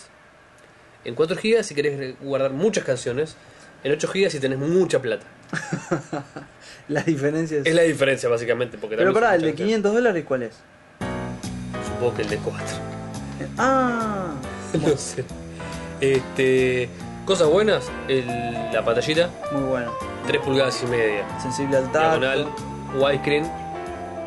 [SPEAKER 2] En 4 GB si querés guardar muchas canciones. En 8 GB si tenés mucha plata.
[SPEAKER 1] Las diferencias.
[SPEAKER 2] Es la diferencia, básicamente. Porque
[SPEAKER 1] Pero
[SPEAKER 2] también
[SPEAKER 1] pará,
[SPEAKER 2] son
[SPEAKER 1] el de
[SPEAKER 2] muchas
[SPEAKER 1] 500 dólares, ¿cuál es?
[SPEAKER 2] canciones. Supongo que el de 4.
[SPEAKER 1] Ah,
[SPEAKER 2] no sé. Este. Cosas buenas: el- la pantallita,
[SPEAKER 1] muy bueno.
[SPEAKER 2] 3 pulgadas y media.
[SPEAKER 1] Sensible al
[SPEAKER 2] diagonal,
[SPEAKER 1] tacto.
[SPEAKER 2] widescreen.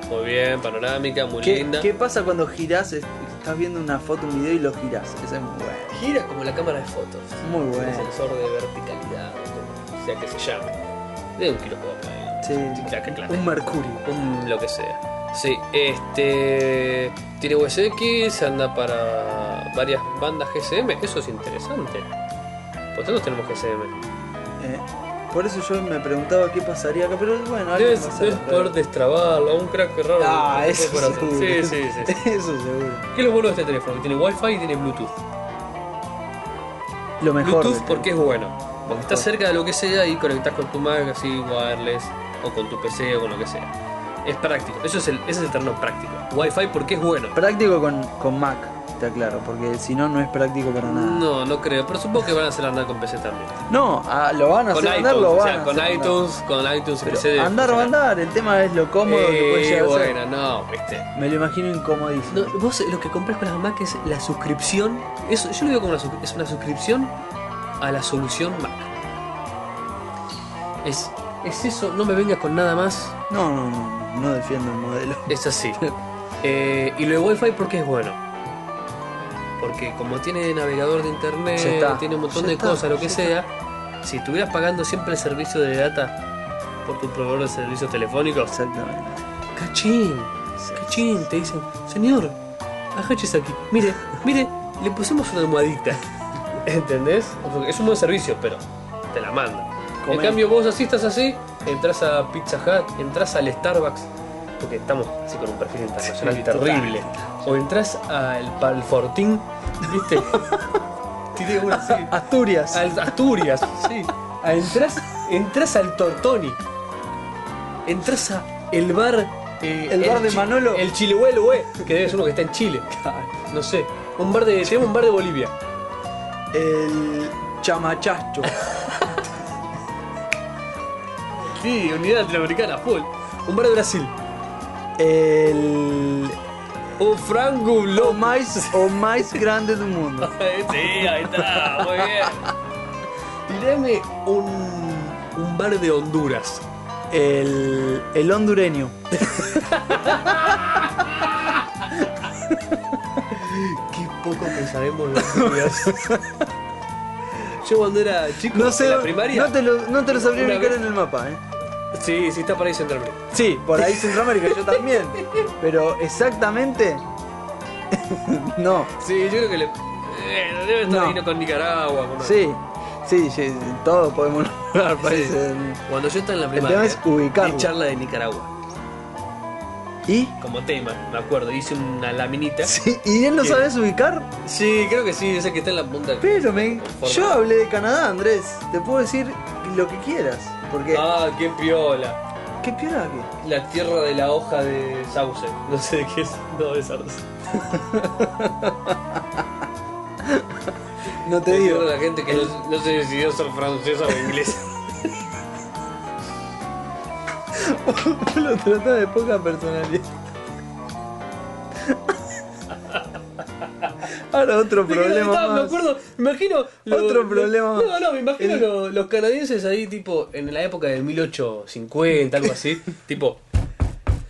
[SPEAKER 2] Muy bien, panorámica, muy
[SPEAKER 1] ¿Qué,
[SPEAKER 2] linda.
[SPEAKER 1] qué pasa cuando girás? Es- Estás viendo una foto, un video y lo girás. Ese es muy bueno.
[SPEAKER 2] Gira como la cámara de fotos.
[SPEAKER 1] Muy bueno.
[SPEAKER 2] Un sensor de verticalidad, o como sea que se llame. De un kilo acá.
[SPEAKER 1] Sí,
[SPEAKER 2] clac, clac.
[SPEAKER 1] un mercurio.
[SPEAKER 2] Un lo que sea. Sí, este. Tiene USX, anda para varias bandas GSM. Eso es interesante. Pues todos tenemos GSM.
[SPEAKER 1] Eh, por eso yo me preguntaba qué pasaría acá, pero bueno, alguien va a
[SPEAKER 2] Debes,
[SPEAKER 1] hacer
[SPEAKER 2] debes
[SPEAKER 1] la
[SPEAKER 2] poder
[SPEAKER 1] prueba.
[SPEAKER 2] destrabarlo, un crack raro.
[SPEAKER 1] Ah,
[SPEAKER 2] que
[SPEAKER 1] eso
[SPEAKER 2] puede parar.
[SPEAKER 1] seguro.
[SPEAKER 2] Sí, sí, sí.
[SPEAKER 1] Eso seguro.
[SPEAKER 2] ¿Qué es lo bueno de este teléfono? Que tiene Wi-Fi y tiene Bluetooth.
[SPEAKER 1] Lo mejor.
[SPEAKER 2] Bluetooth porque es bueno. Porque estás
[SPEAKER 1] Mejor.
[SPEAKER 2] cerca de lo que sea y conectás con tu Mac así, wireless, o con tu PC o con lo que sea. Es práctico. Eso es el, ese es el terreno práctico. Wi-Fi porque es bueno.
[SPEAKER 1] Práctico con, con Mac, te aclaro, porque si no, no es práctico para nada.
[SPEAKER 2] No, no creo. Pero supongo que van a hacer andar con PC también.
[SPEAKER 1] No, ah, lo van a
[SPEAKER 2] Con
[SPEAKER 1] hacer
[SPEAKER 2] iTunes,
[SPEAKER 1] andar, lo
[SPEAKER 2] o
[SPEAKER 1] van
[SPEAKER 2] sea,
[SPEAKER 1] a
[SPEAKER 2] con
[SPEAKER 1] hacer andar.
[SPEAKER 2] iTunes, con iTunes y
[SPEAKER 1] Pero
[SPEAKER 2] PC. debe
[SPEAKER 1] andar va a
[SPEAKER 2] funcionar.
[SPEAKER 1] andar, el tema es lo cómodo que puede
[SPEAKER 2] Eh,
[SPEAKER 1] llegar a ser.
[SPEAKER 2] bueno, no, viste.
[SPEAKER 1] Me lo imagino incomodísimo.
[SPEAKER 2] No, vos lo que compras con las Mac es la suscripción. Eso, yo lo veo como una, suscri- es una suscripción a la solución Mac. Es, es eso, no me vengas con nada más.
[SPEAKER 1] No, no, no, no defiendo el modelo.
[SPEAKER 2] Es así. Eh, y lo de Wi-Fi porque es bueno. Porque como tiene navegador de internet,
[SPEAKER 1] Ya está,
[SPEAKER 2] tiene un montón
[SPEAKER 1] ya
[SPEAKER 2] de
[SPEAKER 1] está,
[SPEAKER 2] cosas, lo que
[SPEAKER 1] ya
[SPEAKER 2] sea, si estuvieras pagando siempre el servicio de data por tu proveedor de servicios telefónicos,
[SPEAKER 1] Exactamente.
[SPEAKER 2] ¡Cachín! ¡Cachín! Te dicen, señor, agáchese aquí. Mire, mire, le pusimos una almohadita. ¿Entendés? Porque es un buen servicio, pero te la manda. En
[SPEAKER 1] Comé.
[SPEAKER 2] cambio, vos así estás así, entras a Pizza Hut, entras al Starbucks, porque estamos así con un perfil internacional
[SPEAKER 1] Sí,
[SPEAKER 2] terrible. O entras al Pal Fortín, ¿viste? Tiene una así.
[SPEAKER 1] Asturias.
[SPEAKER 2] Al- Asturias, sí. A entras, entras al Tortoni. Entras a el bar. eh,
[SPEAKER 1] El bar de
[SPEAKER 2] chi-
[SPEAKER 1] Manolo.
[SPEAKER 2] El Chilehuelo, eh, que debe ser uno que está en Chile. No sé. Un bar de. Tenemos un bar de Bolivia.
[SPEAKER 1] El chamachacho.
[SPEAKER 2] sí, unidad latinoamericana, full. Un bar de Brasil.
[SPEAKER 1] El.
[SPEAKER 2] Un frango
[SPEAKER 1] Lo
[SPEAKER 2] Loma.
[SPEAKER 1] más, o más grande del mundo.
[SPEAKER 2] sí, ahí está, muy bien. Tirame un, un bar de Honduras.
[SPEAKER 1] El. El hondureño.
[SPEAKER 2] Qué poco que sabemos los Honduras. Yo cuando era chico,
[SPEAKER 1] No sé.
[SPEAKER 2] en la
[SPEAKER 1] dónde-
[SPEAKER 2] primaria.
[SPEAKER 1] No te lo, no te lo sabría
[SPEAKER 2] Una
[SPEAKER 1] ubicar
[SPEAKER 2] vez-
[SPEAKER 1] en el mapa, eh.
[SPEAKER 2] Sí, sí, está para ahí Central Break.
[SPEAKER 1] Sí, por ahí Centroamérica, yo también. Pero exactamente. no.
[SPEAKER 2] Sí, yo creo que le. eh, debe estar
[SPEAKER 1] No.
[SPEAKER 2] ahí, ¿no? con Nicaragua. con-
[SPEAKER 1] Sí. Sí, sí, todos podemos nombrar,
[SPEAKER 2] Sí.
[SPEAKER 1] parece. en-
[SPEAKER 2] Cuando yo estaba en la primaria.
[SPEAKER 1] tema es ubicarlo.
[SPEAKER 2] di charla de Nicaragua.
[SPEAKER 1] ¿Y?
[SPEAKER 2] Como tema, me acuerdo. Hice una laminita.
[SPEAKER 1] Sí, ¿Y él no
[SPEAKER 2] ¿Qué?
[SPEAKER 1] sabes ubicar?
[SPEAKER 2] Sí, creo que sí, esa que está en la punta. del-
[SPEAKER 1] Pero me... yo hablé de Canadá, Andrés. Te puedo decir lo que quieras. Porque...
[SPEAKER 2] Ah, qué piola.
[SPEAKER 1] ¿Qué piola que?
[SPEAKER 2] La tierra de la hoja de sauce. No sé de qué es. No, de sauce.
[SPEAKER 1] No te digo.
[SPEAKER 2] Tierra de la gente que no, no se decidió ser francesa o inglesa.
[SPEAKER 1] lo tratás de poca personalidad. Ahora otro
[SPEAKER 2] Me quedo-
[SPEAKER 1] problema
[SPEAKER 2] estaba-
[SPEAKER 1] más.
[SPEAKER 2] Me acuerdo, me imagino.
[SPEAKER 1] Otro problema
[SPEAKER 2] No,
[SPEAKER 1] más.
[SPEAKER 2] no, me imagino
[SPEAKER 1] El-
[SPEAKER 2] lo- los canadienses ahí, tipo, en la época del 1850, algo así. tipo,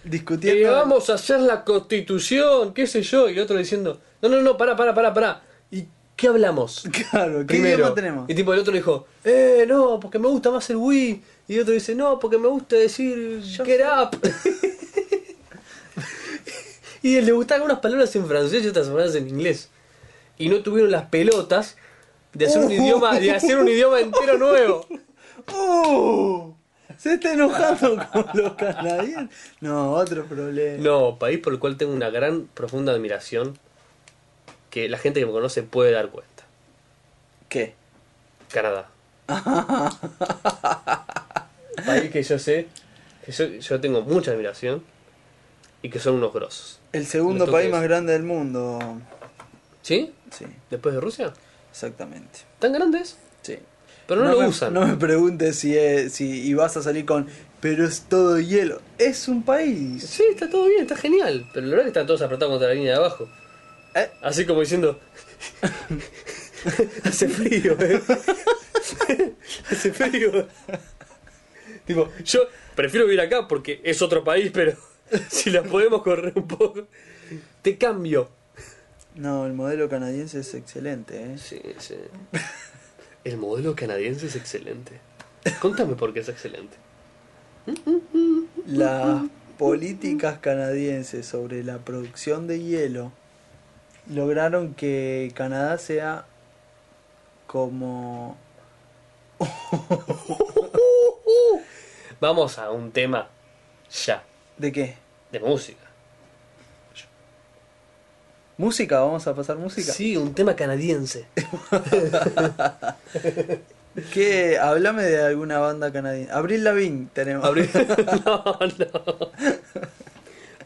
[SPEAKER 1] Discutiendo.
[SPEAKER 2] que Eh, vamos a hacer la constitución, qué sé yo, y el otro diciendo, no, no, no, pará, pará, pará, pará. ¿Y qué hablamos?
[SPEAKER 1] Claro, ¿qué idioma tenemos?
[SPEAKER 2] Y tipo el otro le dijo, eh, no, porque me gusta más el Wii. Y el otro dice, no, porque me gusta decir get up. y le gustaban unas palabras en francés y otras palabras en inglés. Y no tuvieron las pelotas de hacer un idioma, de hacer un idioma entero nuevo.
[SPEAKER 1] ¡Uh! Se está enojando con los canadienses. No, otro problema.
[SPEAKER 2] No, país por el cual tengo una gran, profunda admiración que la gente que me conoce puede dar cuenta.
[SPEAKER 1] ¿Qué?
[SPEAKER 2] Canadá. País que yo sé, que yo, yo tengo mucha admiración y que son unos grosos.
[SPEAKER 1] El
[SPEAKER 2] Me
[SPEAKER 1] segundo
[SPEAKER 2] toca
[SPEAKER 1] país
[SPEAKER 2] eso.
[SPEAKER 1] más grande del mundo.
[SPEAKER 2] ¿Sí?
[SPEAKER 1] Sí,
[SPEAKER 2] ¿Después de Rusia?
[SPEAKER 1] exactamente.
[SPEAKER 2] ¿Tan grandes?
[SPEAKER 1] Sí.
[SPEAKER 2] Pero no, lo
[SPEAKER 1] me,
[SPEAKER 2] usan.
[SPEAKER 1] No me preguntes si, es, si y vas a salir con. Pero es todo hielo. Es un país.
[SPEAKER 2] Sí, está todo bien, está genial. Pero la verdad es que están todos apretados contra la línea de abajo.
[SPEAKER 1] Eh.
[SPEAKER 2] Así como diciendo... Hace frío, eh. Hace frío. Tipo, yo prefiero vivir acá porque es otro país, pero si la podemos correr un poco... Te cambio.
[SPEAKER 1] No, el modelo canadiense es excelente. ¿eh?
[SPEAKER 2] Sí, sí. El modelo canadiense es excelente. Contame por qué es excelente.
[SPEAKER 1] Las políticas canadienses sobre la producción de hielo lograron que Canadá sea como
[SPEAKER 2] Vamos a un tema ya,
[SPEAKER 1] ¿De qué?
[SPEAKER 2] de música.
[SPEAKER 1] ¿Música? ¿Vamos a pasar música?
[SPEAKER 2] Sí, un tema canadiense.
[SPEAKER 1] ¿Qué? Háblame de alguna banda canadiense. Abril Lavigne tenemos.
[SPEAKER 2] Abril... No, no.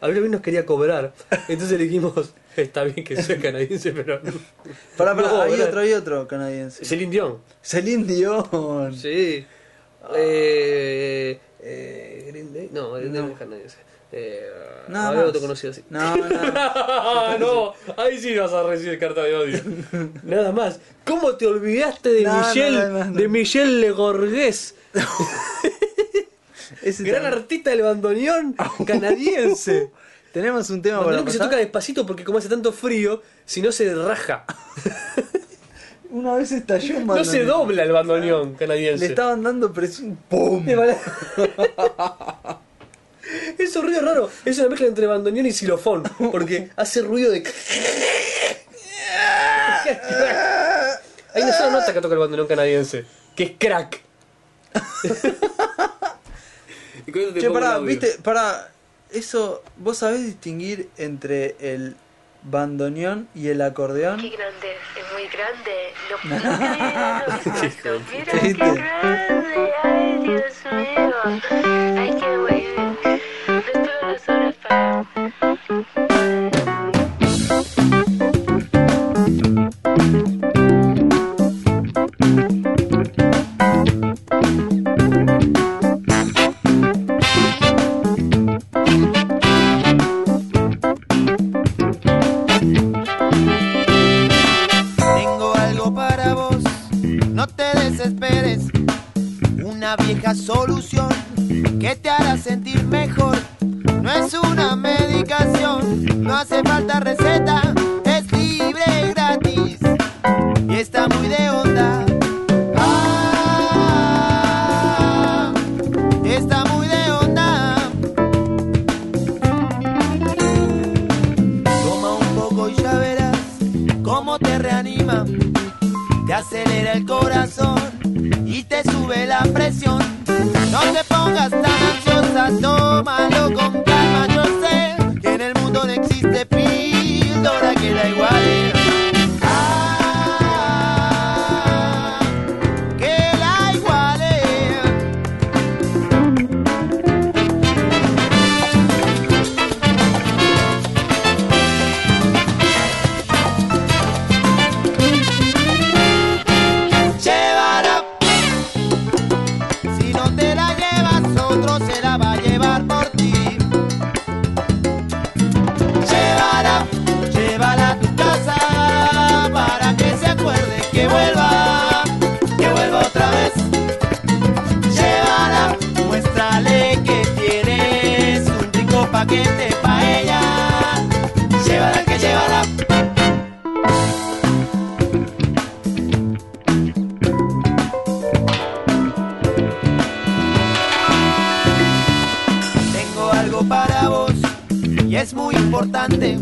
[SPEAKER 2] Abril Lavigne nos quería cobrar. Entonces le dijimos, está bien que sea canadiense, pero...
[SPEAKER 1] Pará, pará,
[SPEAKER 2] No,
[SPEAKER 1] hay
[SPEAKER 2] pará.
[SPEAKER 1] otro, hay otro canadiense.
[SPEAKER 2] Celine Dion.
[SPEAKER 1] Celine Dion.
[SPEAKER 2] Sí.
[SPEAKER 1] Ah.
[SPEAKER 2] Eh, eh, Green Day. No, Green Day no es canadiense. Eh,
[SPEAKER 1] Nada
[SPEAKER 2] había
[SPEAKER 1] más.
[SPEAKER 2] otro conocido así.
[SPEAKER 1] No, no.
[SPEAKER 2] Ah, no, ahí sí vas a recibir carta de odio. Nada más. ¿Cómo te olvidaste de
[SPEAKER 1] No, no,
[SPEAKER 2] Michel,
[SPEAKER 1] no, no, no.
[SPEAKER 2] de Michel Legorgués,
[SPEAKER 1] Ese
[SPEAKER 2] gran
[SPEAKER 1] también. Uh,
[SPEAKER 2] artista del bandoneón canadiense?
[SPEAKER 1] Tenemos un tema para
[SPEAKER 2] Bandoneón que se
[SPEAKER 1] pasar.
[SPEAKER 2] toca despacito porque como hace tanto frío, si no se raja.
[SPEAKER 1] Una vez estalló un
[SPEAKER 2] No se
[SPEAKER 1] bandoneón.
[SPEAKER 2] dobla el bandoneón
[SPEAKER 1] Le
[SPEAKER 2] canadiense.
[SPEAKER 1] estaban dando presión. ¡Pum!
[SPEAKER 2] Es un ruido raro, es una mezcla entre bandoneón y xilofón, porque hace ruido de... Hay una sola nota que toca el bandoneón canadiense, que es crack. y con eso te
[SPEAKER 1] Che,
[SPEAKER 2] pongo un
[SPEAKER 1] pará,
[SPEAKER 2] audio.
[SPEAKER 1] viste, pará. Eso, ¿vos sabés distinguir entre el bandoneón y el acordeón?
[SPEAKER 5] Qué grande, es muy grande. No puedo creer lo que es esto. Mira
[SPEAKER 1] Sí,
[SPEAKER 5] qué
[SPEAKER 1] tío.
[SPEAKER 5] grande. Ay, Dios mío. Ay, qué bueno. Dentro de las horas para.
[SPEAKER 6] sentir mejor. No es una medicación, no hace falta receta, es libre y gratis y está muy de onda. Ah, está muy de onda. Toma un poco y ya verás cómo te reanima. Te acelera el corazón y te sube la presión. No te pongas tan ansiosa, tómalo con calma. Yo sé que en el mundo no existe píldora que la iguale. Ah, que la iguale. llevará. Si no te la llevas, otro se la va a llevar por ti. Llévala, llévala a tu casa para que se acuerde que vuelva, que vuelva otra vez. Llévala, muéstrale que tienes un rico paquete pa' ella. Llévala que llévala. Tengo algo para vos y es muy importante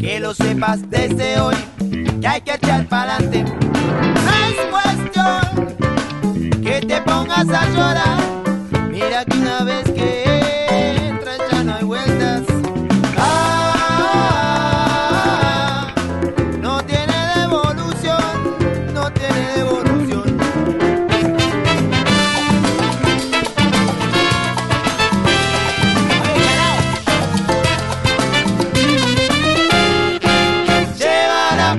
[SPEAKER 6] que lo sepas desde hoy que hay que echar para adelante. No es cuestión que te pongas a llorar. Mira que una vez que entras ya no hay vueltas. Ah, no tiene devolución, no tiene devolución. Llévala.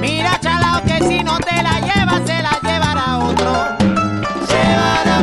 [SPEAKER 6] Mira, chalao, que si no te la llevas, se la llevará otro. Llévala.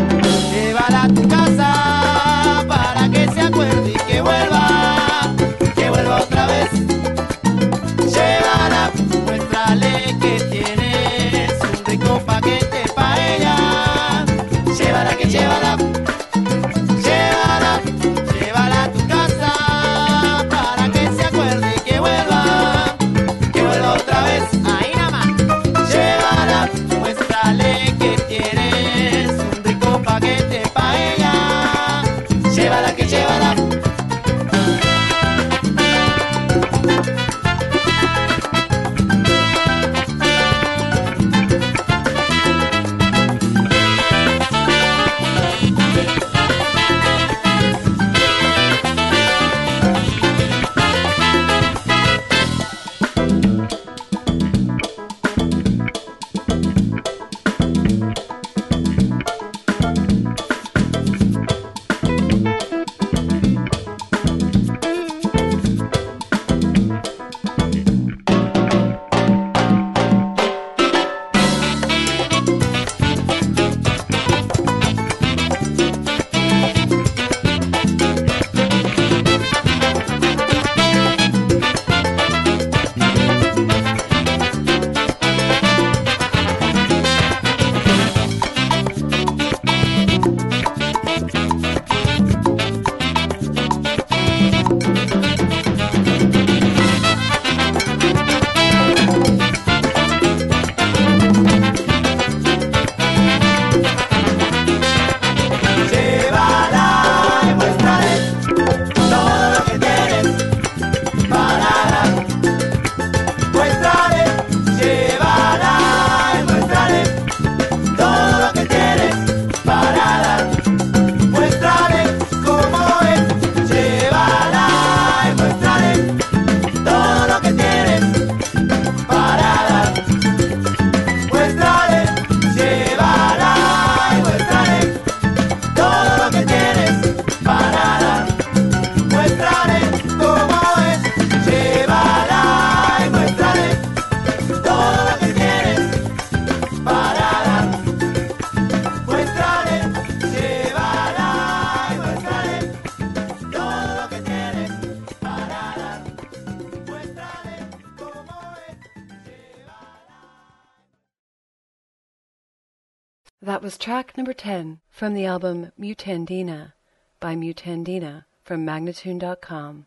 [SPEAKER 7] That was track number 10 from the album Mutandina by Mutandina from Magnatune.com.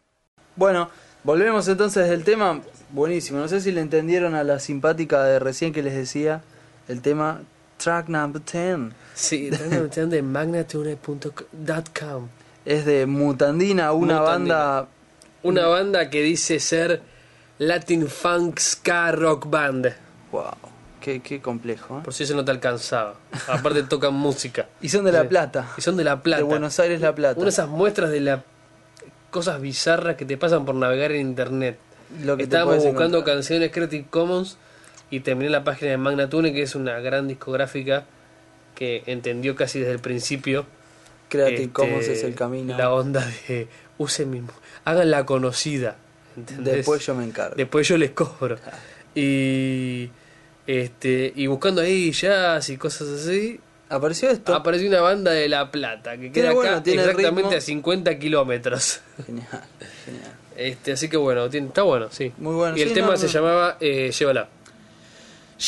[SPEAKER 1] Bueno, volvemos entonces del tema. Buenísimo. No sé si le entendieron a la simpática de recién que les decía el tema track number 10.
[SPEAKER 2] Sí, transmisión de magnatune.com.
[SPEAKER 1] Es de Mutandina, una
[SPEAKER 2] Mutandina.
[SPEAKER 1] banda.
[SPEAKER 2] Una banda que dice ser Latin Funk Ska Rock Band.
[SPEAKER 1] ¡Wow! Qué, qué complejo. ¿eh?
[SPEAKER 2] Por si eso no te alcanzaba. Aparte tocan música. Eh,
[SPEAKER 1] Y son de La Plata.
[SPEAKER 2] Y son de La Plata.
[SPEAKER 1] De Buenos Aires, La Plata.
[SPEAKER 2] Una de esas muestras de las cosas bizarras que te pasan por navegar en internet.
[SPEAKER 1] Lo que te
[SPEAKER 2] Estábamos
[SPEAKER 1] podés
[SPEAKER 2] buscando
[SPEAKER 1] encontrar.
[SPEAKER 2] canciones Creative Commons y terminé en la página de Magnatune, que es una gran discográfica que entendió casi desde el principio
[SPEAKER 1] Creative
[SPEAKER 2] este,
[SPEAKER 1] Commons es el camino.
[SPEAKER 2] La onda de usen mismo, háganla conocida. ¿entendés?
[SPEAKER 1] Después yo me encargo.
[SPEAKER 2] Después yo les cobro. Y este y buscando ahí jazz y cosas así,
[SPEAKER 1] Apareció esto.
[SPEAKER 2] apareció una banda de La Plata que
[SPEAKER 1] Tiene
[SPEAKER 2] queda acá
[SPEAKER 1] bueno, tiene
[SPEAKER 2] exactamente
[SPEAKER 1] ritmo.
[SPEAKER 2] a 50 kilómetros.
[SPEAKER 1] Genial, genial.
[SPEAKER 2] Este, así que bueno, tiene- está bueno, sí.
[SPEAKER 1] Muy bueno,
[SPEAKER 2] Y el
[SPEAKER 1] sí,
[SPEAKER 2] tema
[SPEAKER 1] no,
[SPEAKER 2] se
[SPEAKER 1] no.
[SPEAKER 2] llamaba eh, Llévala.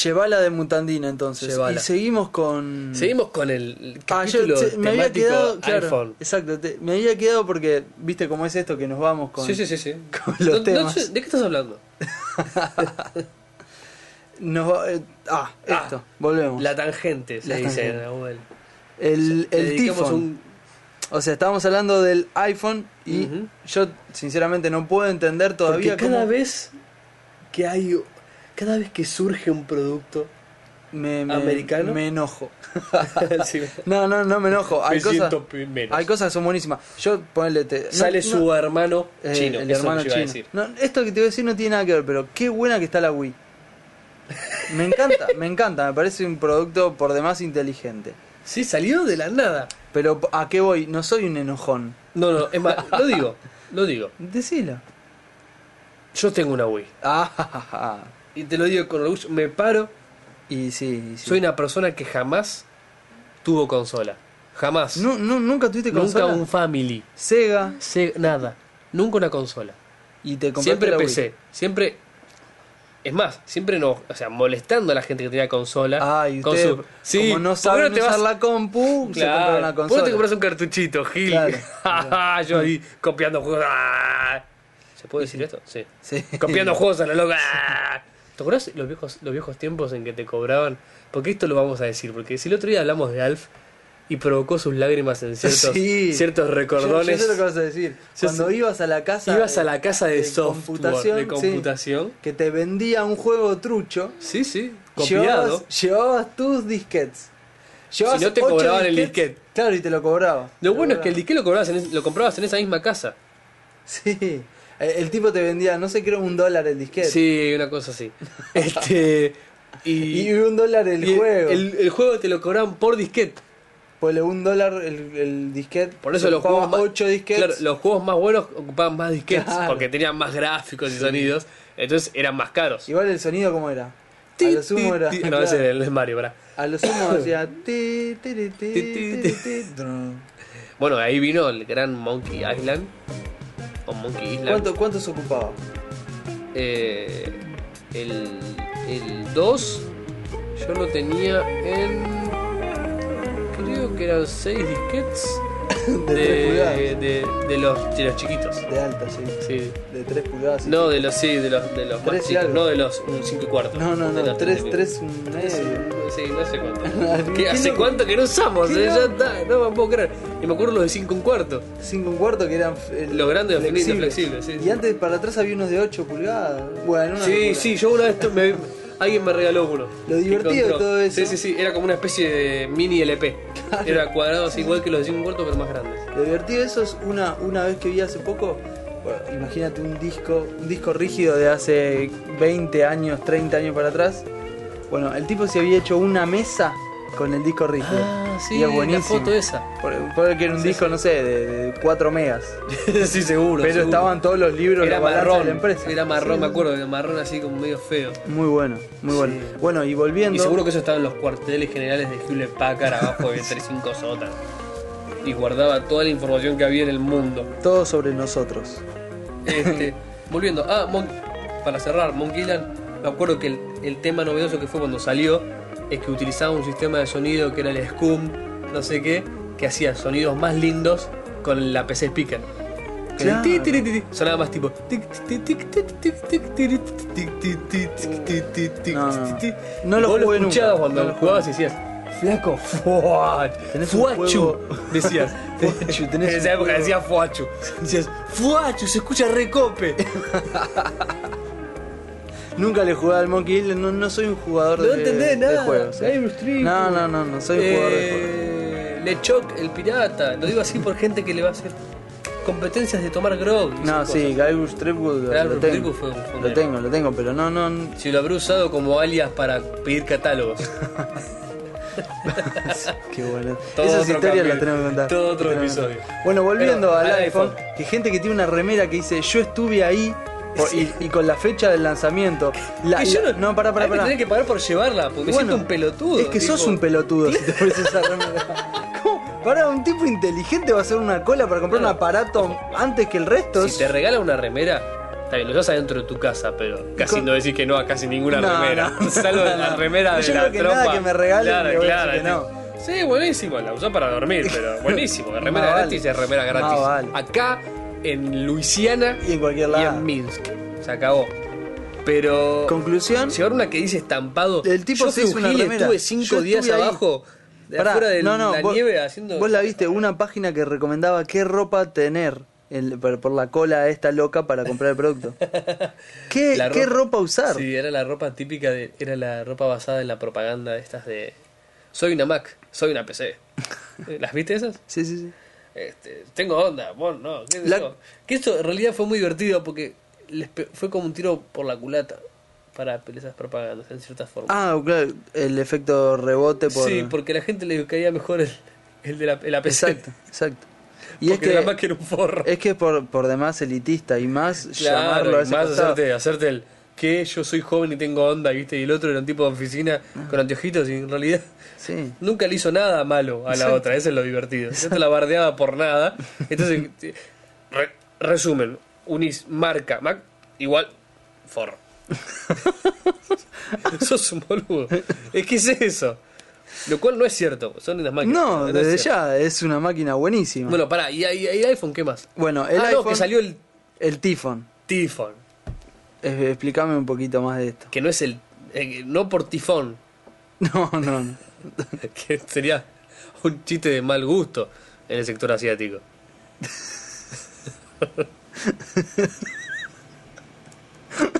[SPEAKER 1] Llevala de Mutandina entonces.
[SPEAKER 2] Llevala.
[SPEAKER 1] Y seguimos con.
[SPEAKER 2] Seguimos con el
[SPEAKER 1] Mm. Ah, yo
[SPEAKER 2] capítulo
[SPEAKER 1] se- me había
[SPEAKER 2] temático
[SPEAKER 1] quedado. Claro,
[SPEAKER 2] iPhone.
[SPEAKER 1] Exacto, te- me había quedado porque, viste cómo es esto que nos vamos con.
[SPEAKER 2] sí, sí, sí, sí.
[SPEAKER 1] con los
[SPEAKER 2] No- no
[SPEAKER 1] temas.
[SPEAKER 2] sé, ¿De qué estás hablando?
[SPEAKER 1] Nos va- eh, ah,
[SPEAKER 2] Ah.
[SPEAKER 1] esto, volvemos.
[SPEAKER 2] La tangente, se
[SPEAKER 1] La
[SPEAKER 2] dice
[SPEAKER 1] tangente.
[SPEAKER 2] en la web.
[SPEAKER 1] el
[SPEAKER 2] Le
[SPEAKER 1] el
[SPEAKER 2] dedicamos
[SPEAKER 1] tifón.
[SPEAKER 2] un-
[SPEAKER 1] O sea, estábamos hablando del iPhone y
[SPEAKER 2] Ujú.
[SPEAKER 1] yo, sinceramente, no puedo entender
[SPEAKER 2] Porque
[SPEAKER 1] todavía
[SPEAKER 2] cada
[SPEAKER 1] cómo
[SPEAKER 2] vez que hay. Cada vez que surge un producto.
[SPEAKER 1] me, me-
[SPEAKER 2] americano.
[SPEAKER 1] me enojo.
[SPEAKER 2] sí, me
[SPEAKER 1] No, no, no me enojo. Hay cosas,
[SPEAKER 2] siento pi- menos.
[SPEAKER 1] hay cosas que son buenísimas. Yo, ponele. te- no-
[SPEAKER 2] Sale
[SPEAKER 1] no-
[SPEAKER 2] su hermano
[SPEAKER 1] Eh,
[SPEAKER 2] chino.
[SPEAKER 1] el
[SPEAKER 2] eso
[SPEAKER 1] hermano
[SPEAKER 2] yo iba a
[SPEAKER 1] chino.
[SPEAKER 2] decir.
[SPEAKER 1] No, esto que te voy a decir no tiene nada que ver, pero qué buena que está la Wii. Me encanta, me encanta, me parece un producto por demás inteligente.
[SPEAKER 2] Sí, salió de la nada.
[SPEAKER 1] Pero ¿a qué voy? No soy un enojón.
[SPEAKER 2] No, no, es más, lo digo. Lo digo.
[SPEAKER 1] Decilo.
[SPEAKER 2] Yo tengo una Wii.
[SPEAKER 1] Ah, ja, ja, ja.
[SPEAKER 2] Y te lo digo con orgullo. Me paro.
[SPEAKER 1] Y sí, y sí.
[SPEAKER 2] Soy una persona que jamás tuvo consola. Jamás.
[SPEAKER 1] Nu- nu- ¿Nunca tuviste
[SPEAKER 2] Nunca
[SPEAKER 1] consola?
[SPEAKER 2] un family.
[SPEAKER 1] Sega
[SPEAKER 2] Se- nada. Nunca una consola.
[SPEAKER 1] y te compraste
[SPEAKER 2] Siempre
[SPEAKER 1] la Wii.
[SPEAKER 2] PC. Siempre. Es más, siempre no. O sea, molestando a la gente que tenía consola.
[SPEAKER 1] Ah, y
[SPEAKER 2] con
[SPEAKER 1] ustedes,
[SPEAKER 2] su- Sí,
[SPEAKER 1] como no
[SPEAKER 2] ¿por qué
[SPEAKER 1] saben
[SPEAKER 2] te
[SPEAKER 1] usar
[SPEAKER 2] vas-
[SPEAKER 1] la compu, se
[SPEAKER 2] Claro,
[SPEAKER 1] compraron la
[SPEAKER 2] ¿por qué
[SPEAKER 1] consola.
[SPEAKER 2] te compras un cartuchito, Gil?
[SPEAKER 1] Claro,
[SPEAKER 2] Yo ahí copiando juegos. Ah. ¿Se puede decir esto? Sí.
[SPEAKER 1] Sí.
[SPEAKER 2] Copiando juegos a la loca. Ah. ¿Te acuerdas los viejos, los viejos tiempos en que te cobraban? Porque esto lo vamos a decir, porque si el otro día hablamos de Alf y provocó sus lágrimas en ciertos,
[SPEAKER 1] Sí.
[SPEAKER 2] ciertos
[SPEAKER 1] Yo, yo
[SPEAKER 2] recordones.
[SPEAKER 1] sé lo que vas a decir.
[SPEAKER 2] Yo
[SPEAKER 1] Cuando
[SPEAKER 2] sé-
[SPEAKER 1] ibas a la casa.
[SPEAKER 2] Ibas a
[SPEAKER 1] de-
[SPEAKER 2] la casa de, software, de
[SPEAKER 1] sí,
[SPEAKER 2] computación.
[SPEAKER 1] que te vendía un juego trucho.
[SPEAKER 2] Sí, sí, copiado.
[SPEAKER 1] Llevabas, llevabas tus disquets. Llevabas
[SPEAKER 2] Si no te
[SPEAKER 1] ocho
[SPEAKER 2] cobraban el
[SPEAKER 1] disquets,
[SPEAKER 2] disquet.
[SPEAKER 1] Claro, y te lo cobraba.
[SPEAKER 2] Lo
[SPEAKER 1] Te
[SPEAKER 2] bueno es que el
[SPEAKER 1] cobraba.
[SPEAKER 2] disque lo, cobrabas en es- lo comprabas en esa misma casa.
[SPEAKER 1] Sí. Eh, El tipo te vendía, no sé, creo un dólar el disquete.
[SPEAKER 2] Sí, una cosa así. este
[SPEAKER 1] Y
[SPEAKER 2] y,
[SPEAKER 1] un dólar el
[SPEAKER 2] y
[SPEAKER 1] juego.
[SPEAKER 2] El, el juego te lo cobraban por disquete.
[SPEAKER 1] Ponle un dólar el, el disquete.
[SPEAKER 2] Por eso los juegos más,
[SPEAKER 1] 8 disquets.
[SPEAKER 2] claro, los juegos más buenos ocupaban más disquetes
[SPEAKER 1] Claro.
[SPEAKER 2] porque tenían más gráficos y sonidos, entonces eran más caros.
[SPEAKER 1] Igual el sonido, ¿cómo era? a
[SPEAKER 2] Ti,
[SPEAKER 1] lo sumo
[SPEAKER 2] ti,
[SPEAKER 1] era.
[SPEAKER 2] ti. No,
[SPEAKER 1] claro,
[SPEAKER 2] ese es Mario, pará.
[SPEAKER 1] A lo sumo hacía. ti, ti, ti, ti,
[SPEAKER 2] Ti, ti, ti.
[SPEAKER 1] ti, ti, trum.
[SPEAKER 2] Bueno, ahí vino el gran Monkey Island o Monkey Island.
[SPEAKER 1] ¿Cuánto, ¿Cuánto se ocupaba?
[SPEAKER 2] Eh, el, el 2 yo lo tenía en. Creo que eran 6 disquets
[SPEAKER 1] De, tres pulgadas.
[SPEAKER 2] de, de, de los, de los chiquitos.
[SPEAKER 1] De alta, sí.
[SPEAKER 2] Sí.
[SPEAKER 1] De 3 pulgadas. sí.
[SPEAKER 2] No, de los, sí, de los, de los más
[SPEAKER 1] Tres y
[SPEAKER 2] chicos,
[SPEAKER 1] algo.
[SPEAKER 2] no de los 5 y cuarto.
[SPEAKER 1] No, no,
[SPEAKER 2] De
[SPEAKER 1] no,
[SPEAKER 2] los
[SPEAKER 1] 3,
[SPEAKER 2] de-
[SPEAKER 1] 3, medio.
[SPEAKER 2] Sí, no sé cuánto.
[SPEAKER 1] Claro,
[SPEAKER 2] Que
[SPEAKER 1] ¿qué
[SPEAKER 2] ¿Hace
[SPEAKER 1] no-
[SPEAKER 2] cuánto que no usamos?
[SPEAKER 1] qué
[SPEAKER 2] eh,
[SPEAKER 1] no-
[SPEAKER 2] ya está, no me puedo creer. Y me acuerdo los de 5 y cuarto.
[SPEAKER 1] 5 un cuarto que eran eh,
[SPEAKER 2] Los grandes, los flexibles, sí, sí.
[SPEAKER 1] Y antes para atrás había unos de 8 pulgadas. Bueno, una
[SPEAKER 2] Sí,
[SPEAKER 1] locura.
[SPEAKER 2] sí, yo una vez tu- me- alguien me regaló uno.
[SPEAKER 1] Lo divertido de
[SPEAKER 2] Encontró.
[SPEAKER 1] todo eso.
[SPEAKER 2] Sí, sí, sí, era como una especie de mini LP. Era cuadrado así igual que los de 5 cuarto, pero más grandes.
[SPEAKER 1] Lo divertido de eso es una, una vez que vi hace poco. bueno, imagínate un disco, un disco rígido de hace 20 años, 30 años para atrás. Bueno, el tipo se había hecho una mesa con el disco rígido. y es buenísimo.
[SPEAKER 2] Ah, la foto esa.
[SPEAKER 1] Por, por que era un
[SPEAKER 2] Sí,
[SPEAKER 1] disco,
[SPEAKER 2] sí.
[SPEAKER 1] no sé, de, de 4 megas.
[SPEAKER 2] sí, seguro.
[SPEAKER 1] Pero
[SPEAKER 2] seguro.
[SPEAKER 1] estaban todos los libros,
[SPEAKER 2] Era
[SPEAKER 1] la balanza de
[SPEAKER 2] marrón,
[SPEAKER 1] la empresa.
[SPEAKER 2] era marrón,
[SPEAKER 1] Sí,
[SPEAKER 2] me
[SPEAKER 1] sí.
[SPEAKER 2] acuerdo, era marrón así como medio feo.
[SPEAKER 1] Muy bueno, muy bueno.
[SPEAKER 2] Sí.
[SPEAKER 1] Bueno, y volviendo.
[SPEAKER 2] Y seguro que eso estaba en los cuarteles generales de Hewlett Packard abajo de 35 sótanos. Y guardaba toda la información que había en el mundo.
[SPEAKER 1] Todo sobre nosotros.
[SPEAKER 2] Este, volviendo, ah, Mon- para cerrar, Monkey Island me acuerdo que el, el tema novedoso que fue cuando salió es que utilizaba un sistema de sonido que era el SCUM, no sé qué, que hacía sonidos más lindos con la PC Speaker. Que el
[SPEAKER 1] Claro.
[SPEAKER 2] ti, ti, ti, ti, ti, Sonaba más tipo. tic, ti, tic, ti, ti, tic, ti, ti, ti, tic, ti, ti, tic, ti, ti, tic,
[SPEAKER 1] No,
[SPEAKER 2] ti,
[SPEAKER 1] no,
[SPEAKER 2] ti, ti.
[SPEAKER 1] no lo
[SPEAKER 2] Vos
[SPEAKER 1] jugué nunca.
[SPEAKER 2] escuchabas cuando
[SPEAKER 1] No lo
[SPEAKER 2] lo jugabas y decías, flaco, fuach,
[SPEAKER 1] Tenés un
[SPEAKER 2] fuachu,
[SPEAKER 1] juego-
[SPEAKER 2] decías.
[SPEAKER 1] Fuachu, tenés
[SPEAKER 2] En
[SPEAKER 1] un
[SPEAKER 2] esa época
[SPEAKER 1] juego.
[SPEAKER 2] decías fuachu. Decías, fuachu, se escucha recope.
[SPEAKER 1] Nunca le jugué al Monkey Island, no, no soy un jugador
[SPEAKER 2] No
[SPEAKER 1] de,
[SPEAKER 2] entendés
[SPEAKER 1] de
[SPEAKER 2] nada.
[SPEAKER 1] juegos. eh.
[SPEAKER 2] Game Street.
[SPEAKER 1] No, no, no, no soy un jugador de juegos.
[SPEAKER 2] Eh, Lechok, el pirata. Lo digo así por gente que le va a hacer competencias de tomar grog. y
[SPEAKER 1] No,
[SPEAKER 2] esas
[SPEAKER 1] sí,
[SPEAKER 2] cosas.
[SPEAKER 1] Guybrush Threepwood lo,
[SPEAKER 2] Guybrush
[SPEAKER 1] lo tengo.
[SPEAKER 2] Threepwood fue un- fue un
[SPEAKER 1] lo
[SPEAKER 2] héroe.
[SPEAKER 1] tengo, lo tengo, pero no, no. n-
[SPEAKER 2] Si lo habré usado como alias para pedir catálogos.
[SPEAKER 1] Qué bueno.
[SPEAKER 2] Todo
[SPEAKER 1] Esas
[SPEAKER 2] otro
[SPEAKER 1] historias
[SPEAKER 2] capítulo,
[SPEAKER 1] las tenemos que contar.
[SPEAKER 2] todo otro
[SPEAKER 1] Las tenemos que
[SPEAKER 2] episodio.
[SPEAKER 1] contar. Bueno, volviendo
[SPEAKER 2] Pero,
[SPEAKER 1] al
[SPEAKER 2] al
[SPEAKER 1] iPhone,
[SPEAKER 2] iPhone.
[SPEAKER 1] que gente que tiene una remera que dice yo estuve ahí por- y- y, con la fecha del lanzamiento. La-
[SPEAKER 2] Y yo
[SPEAKER 1] la- no, pará, pará,
[SPEAKER 2] a mí me
[SPEAKER 1] pará.
[SPEAKER 2] tenés que pagar por llevarla, porque me
[SPEAKER 1] Bueno,
[SPEAKER 2] siento un pelotudo.
[SPEAKER 1] Es que sos
[SPEAKER 2] tipo,
[SPEAKER 1] un pelotudo si te pones esa remera. ¿Cómo? Pará, un tipo inteligente va a hacer una cola para comprar
[SPEAKER 2] Claro.
[SPEAKER 1] un aparato antes que el resto.
[SPEAKER 2] Si te regala una remera, está bien, lo llevas adentro de tu casa, pero casi
[SPEAKER 1] Con-
[SPEAKER 2] no decís que no a casi ninguna
[SPEAKER 1] No,
[SPEAKER 2] remera.
[SPEAKER 1] no, no,
[SPEAKER 2] Salvo
[SPEAKER 1] no,
[SPEAKER 2] la
[SPEAKER 1] no.
[SPEAKER 2] remera de
[SPEAKER 1] Yo
[SPEAKER 2] la
[SPEAKER 1] creo que
[SPEAKER 2] tropa.
[SPEAKER 1] nada que me regalen,
[SPEAKER 2] Claro,
[SPEAKER 1] le voy a
[SPEAKER 2] claro,
[SPEAKER 1] decir que
[SPEAKER 2] sí. Sí, buenísimo, la usás para dormir, pero buenísimo. Remera
[SPEAKER 1] Más
[SPEAKER 2] gratis
[SPEAKER 1] vale.
[SPEAKER 2] es remera
[SPEAKER 1] Más
[SPEAKER 2] gratis.
[SPEAKER 1] vale.
[SPEAKER 2] Acá, en Luisiana
[SPEAKER 1] Y en cualquier
[SPEAKER 2] y
[SPEAKER 1] lado.
[SPEAKER 2] en Minsk. Se acabó. Pero.
[SPEAKER 1] Conclusión.
[SPEAKER 2] Llevar una que dice estampado.
[SPEAKER 1] El tipo
[SPEAKER 2] yo
[SPEAKER 1] se
[SPEAKER 2] fui
[SPEAKER 1] hizo
[SPEAKER 2] un
[SPEAKER 1] una
[SPEAKER 2] gil y
[SPEAKER 1] remera.
[SPEAKER 2] estuve cinco
[SPEAKER 1] Yo
[SPEAKER 2] días
[SPEAKER 1] estuve ahí.
[SPEAKER 2] abajo,
[SPEAKER 1] Pará,
[SPEAKER 2] afuera de
[SPEAKER 1] no, no,
[SPEAKER 2] la
[SPEAKER 1] vos-
[SPEAKER 2] nieve, haciendo.
[SPEAKER 1] Vos la viste, una página que recomendaba qué ropa tener el- por, por la cola esta loca para comprar el producto. ¿Qué,
[SPEAKER 2] La
[SPEAKER 1] qué ropa usar?
[SPEAKER 2] Sí, era la ropa típica, de, era la ropa basada en la propaganda de estas de... Soy una Mac, soy una PC. Eh, ¿Las viste esas?
[SPEAKER 1] Sí, sí, sí.
[SPEAKER 2] Este, tengo onda, vos no. ¿qué sé
[SPEAKER 1] La-
[SPEAKER 2] yo? Que esto en realidad fue muy divertido porque les pe- fue como un tiro por la culata para esas propagandas, en cierta forma.
[SPEAKER 1] Ah, claro, el efecto rebote por...
[SPEAKER 2] Sí, porque la gente le caía mejor el, el de la, el APC.
[SPEAKER 1] Exacto, exacto.
[SPEAKER 2] Y
[SPEAKER 1] Y este es
[SPEAKER 2] porque la
[SPEAKER 1] que,
[SPEAKER 2] Mac era un forro.
[SPEAKER 1] es que es por, por demás elitista y más llamarlo
[SPEAKER 2] Claro, y
[SPEAKER 1] a ese
[SPEAKER 2] más
[SPEAKER 1] costado.
[SPEAKER 2] hacerte, hacerte el que yo soy joven y tengo onda, ¿viste? Y el otro era un tipo de oficina
[SPEAKER 1] Ah.
[SPEAKER 2] con anteojitos y en realidad
[SPEAKER 1] Sí.
[SPEAKER 2] nunca le hizo nada malo a la otra, eso es lo divertido. No te la bardeaba por nada. Entonces, te- re- resumen, unís marca, Mac, igual, forro. Sos un boludo. Es que es eso. Lo cual no es cierto, son las máquinas.
[SPEAKER 1] No,
[SPEAKER 2] es
[SPEAKER 1] desde
[SPEAKER 2] cierto.
[SPEAKER 1] ya, es una máquina buenísima. Bueno,
[SPEAKER 2] Bueno, pará, ¿y, y- y el iPhone qué más?
[SPEAKER 1] el
[SPEAKER 2] ah,
[SPEAKER 1] iPhone,
[SPEAKER 2] no, que salió el
[SPEAKER 1] el Tifón.
[SPEAKER 2] Tifón.
[SPEAKER 1] Eh, Explícame un poquito más de esto.
[SPEAKER 2] que no es el eh, no por tifón
[SPEAKER 1] No, no, no.
[SPEAKER 2] que sería un chiste de mal gusto en el sector asiático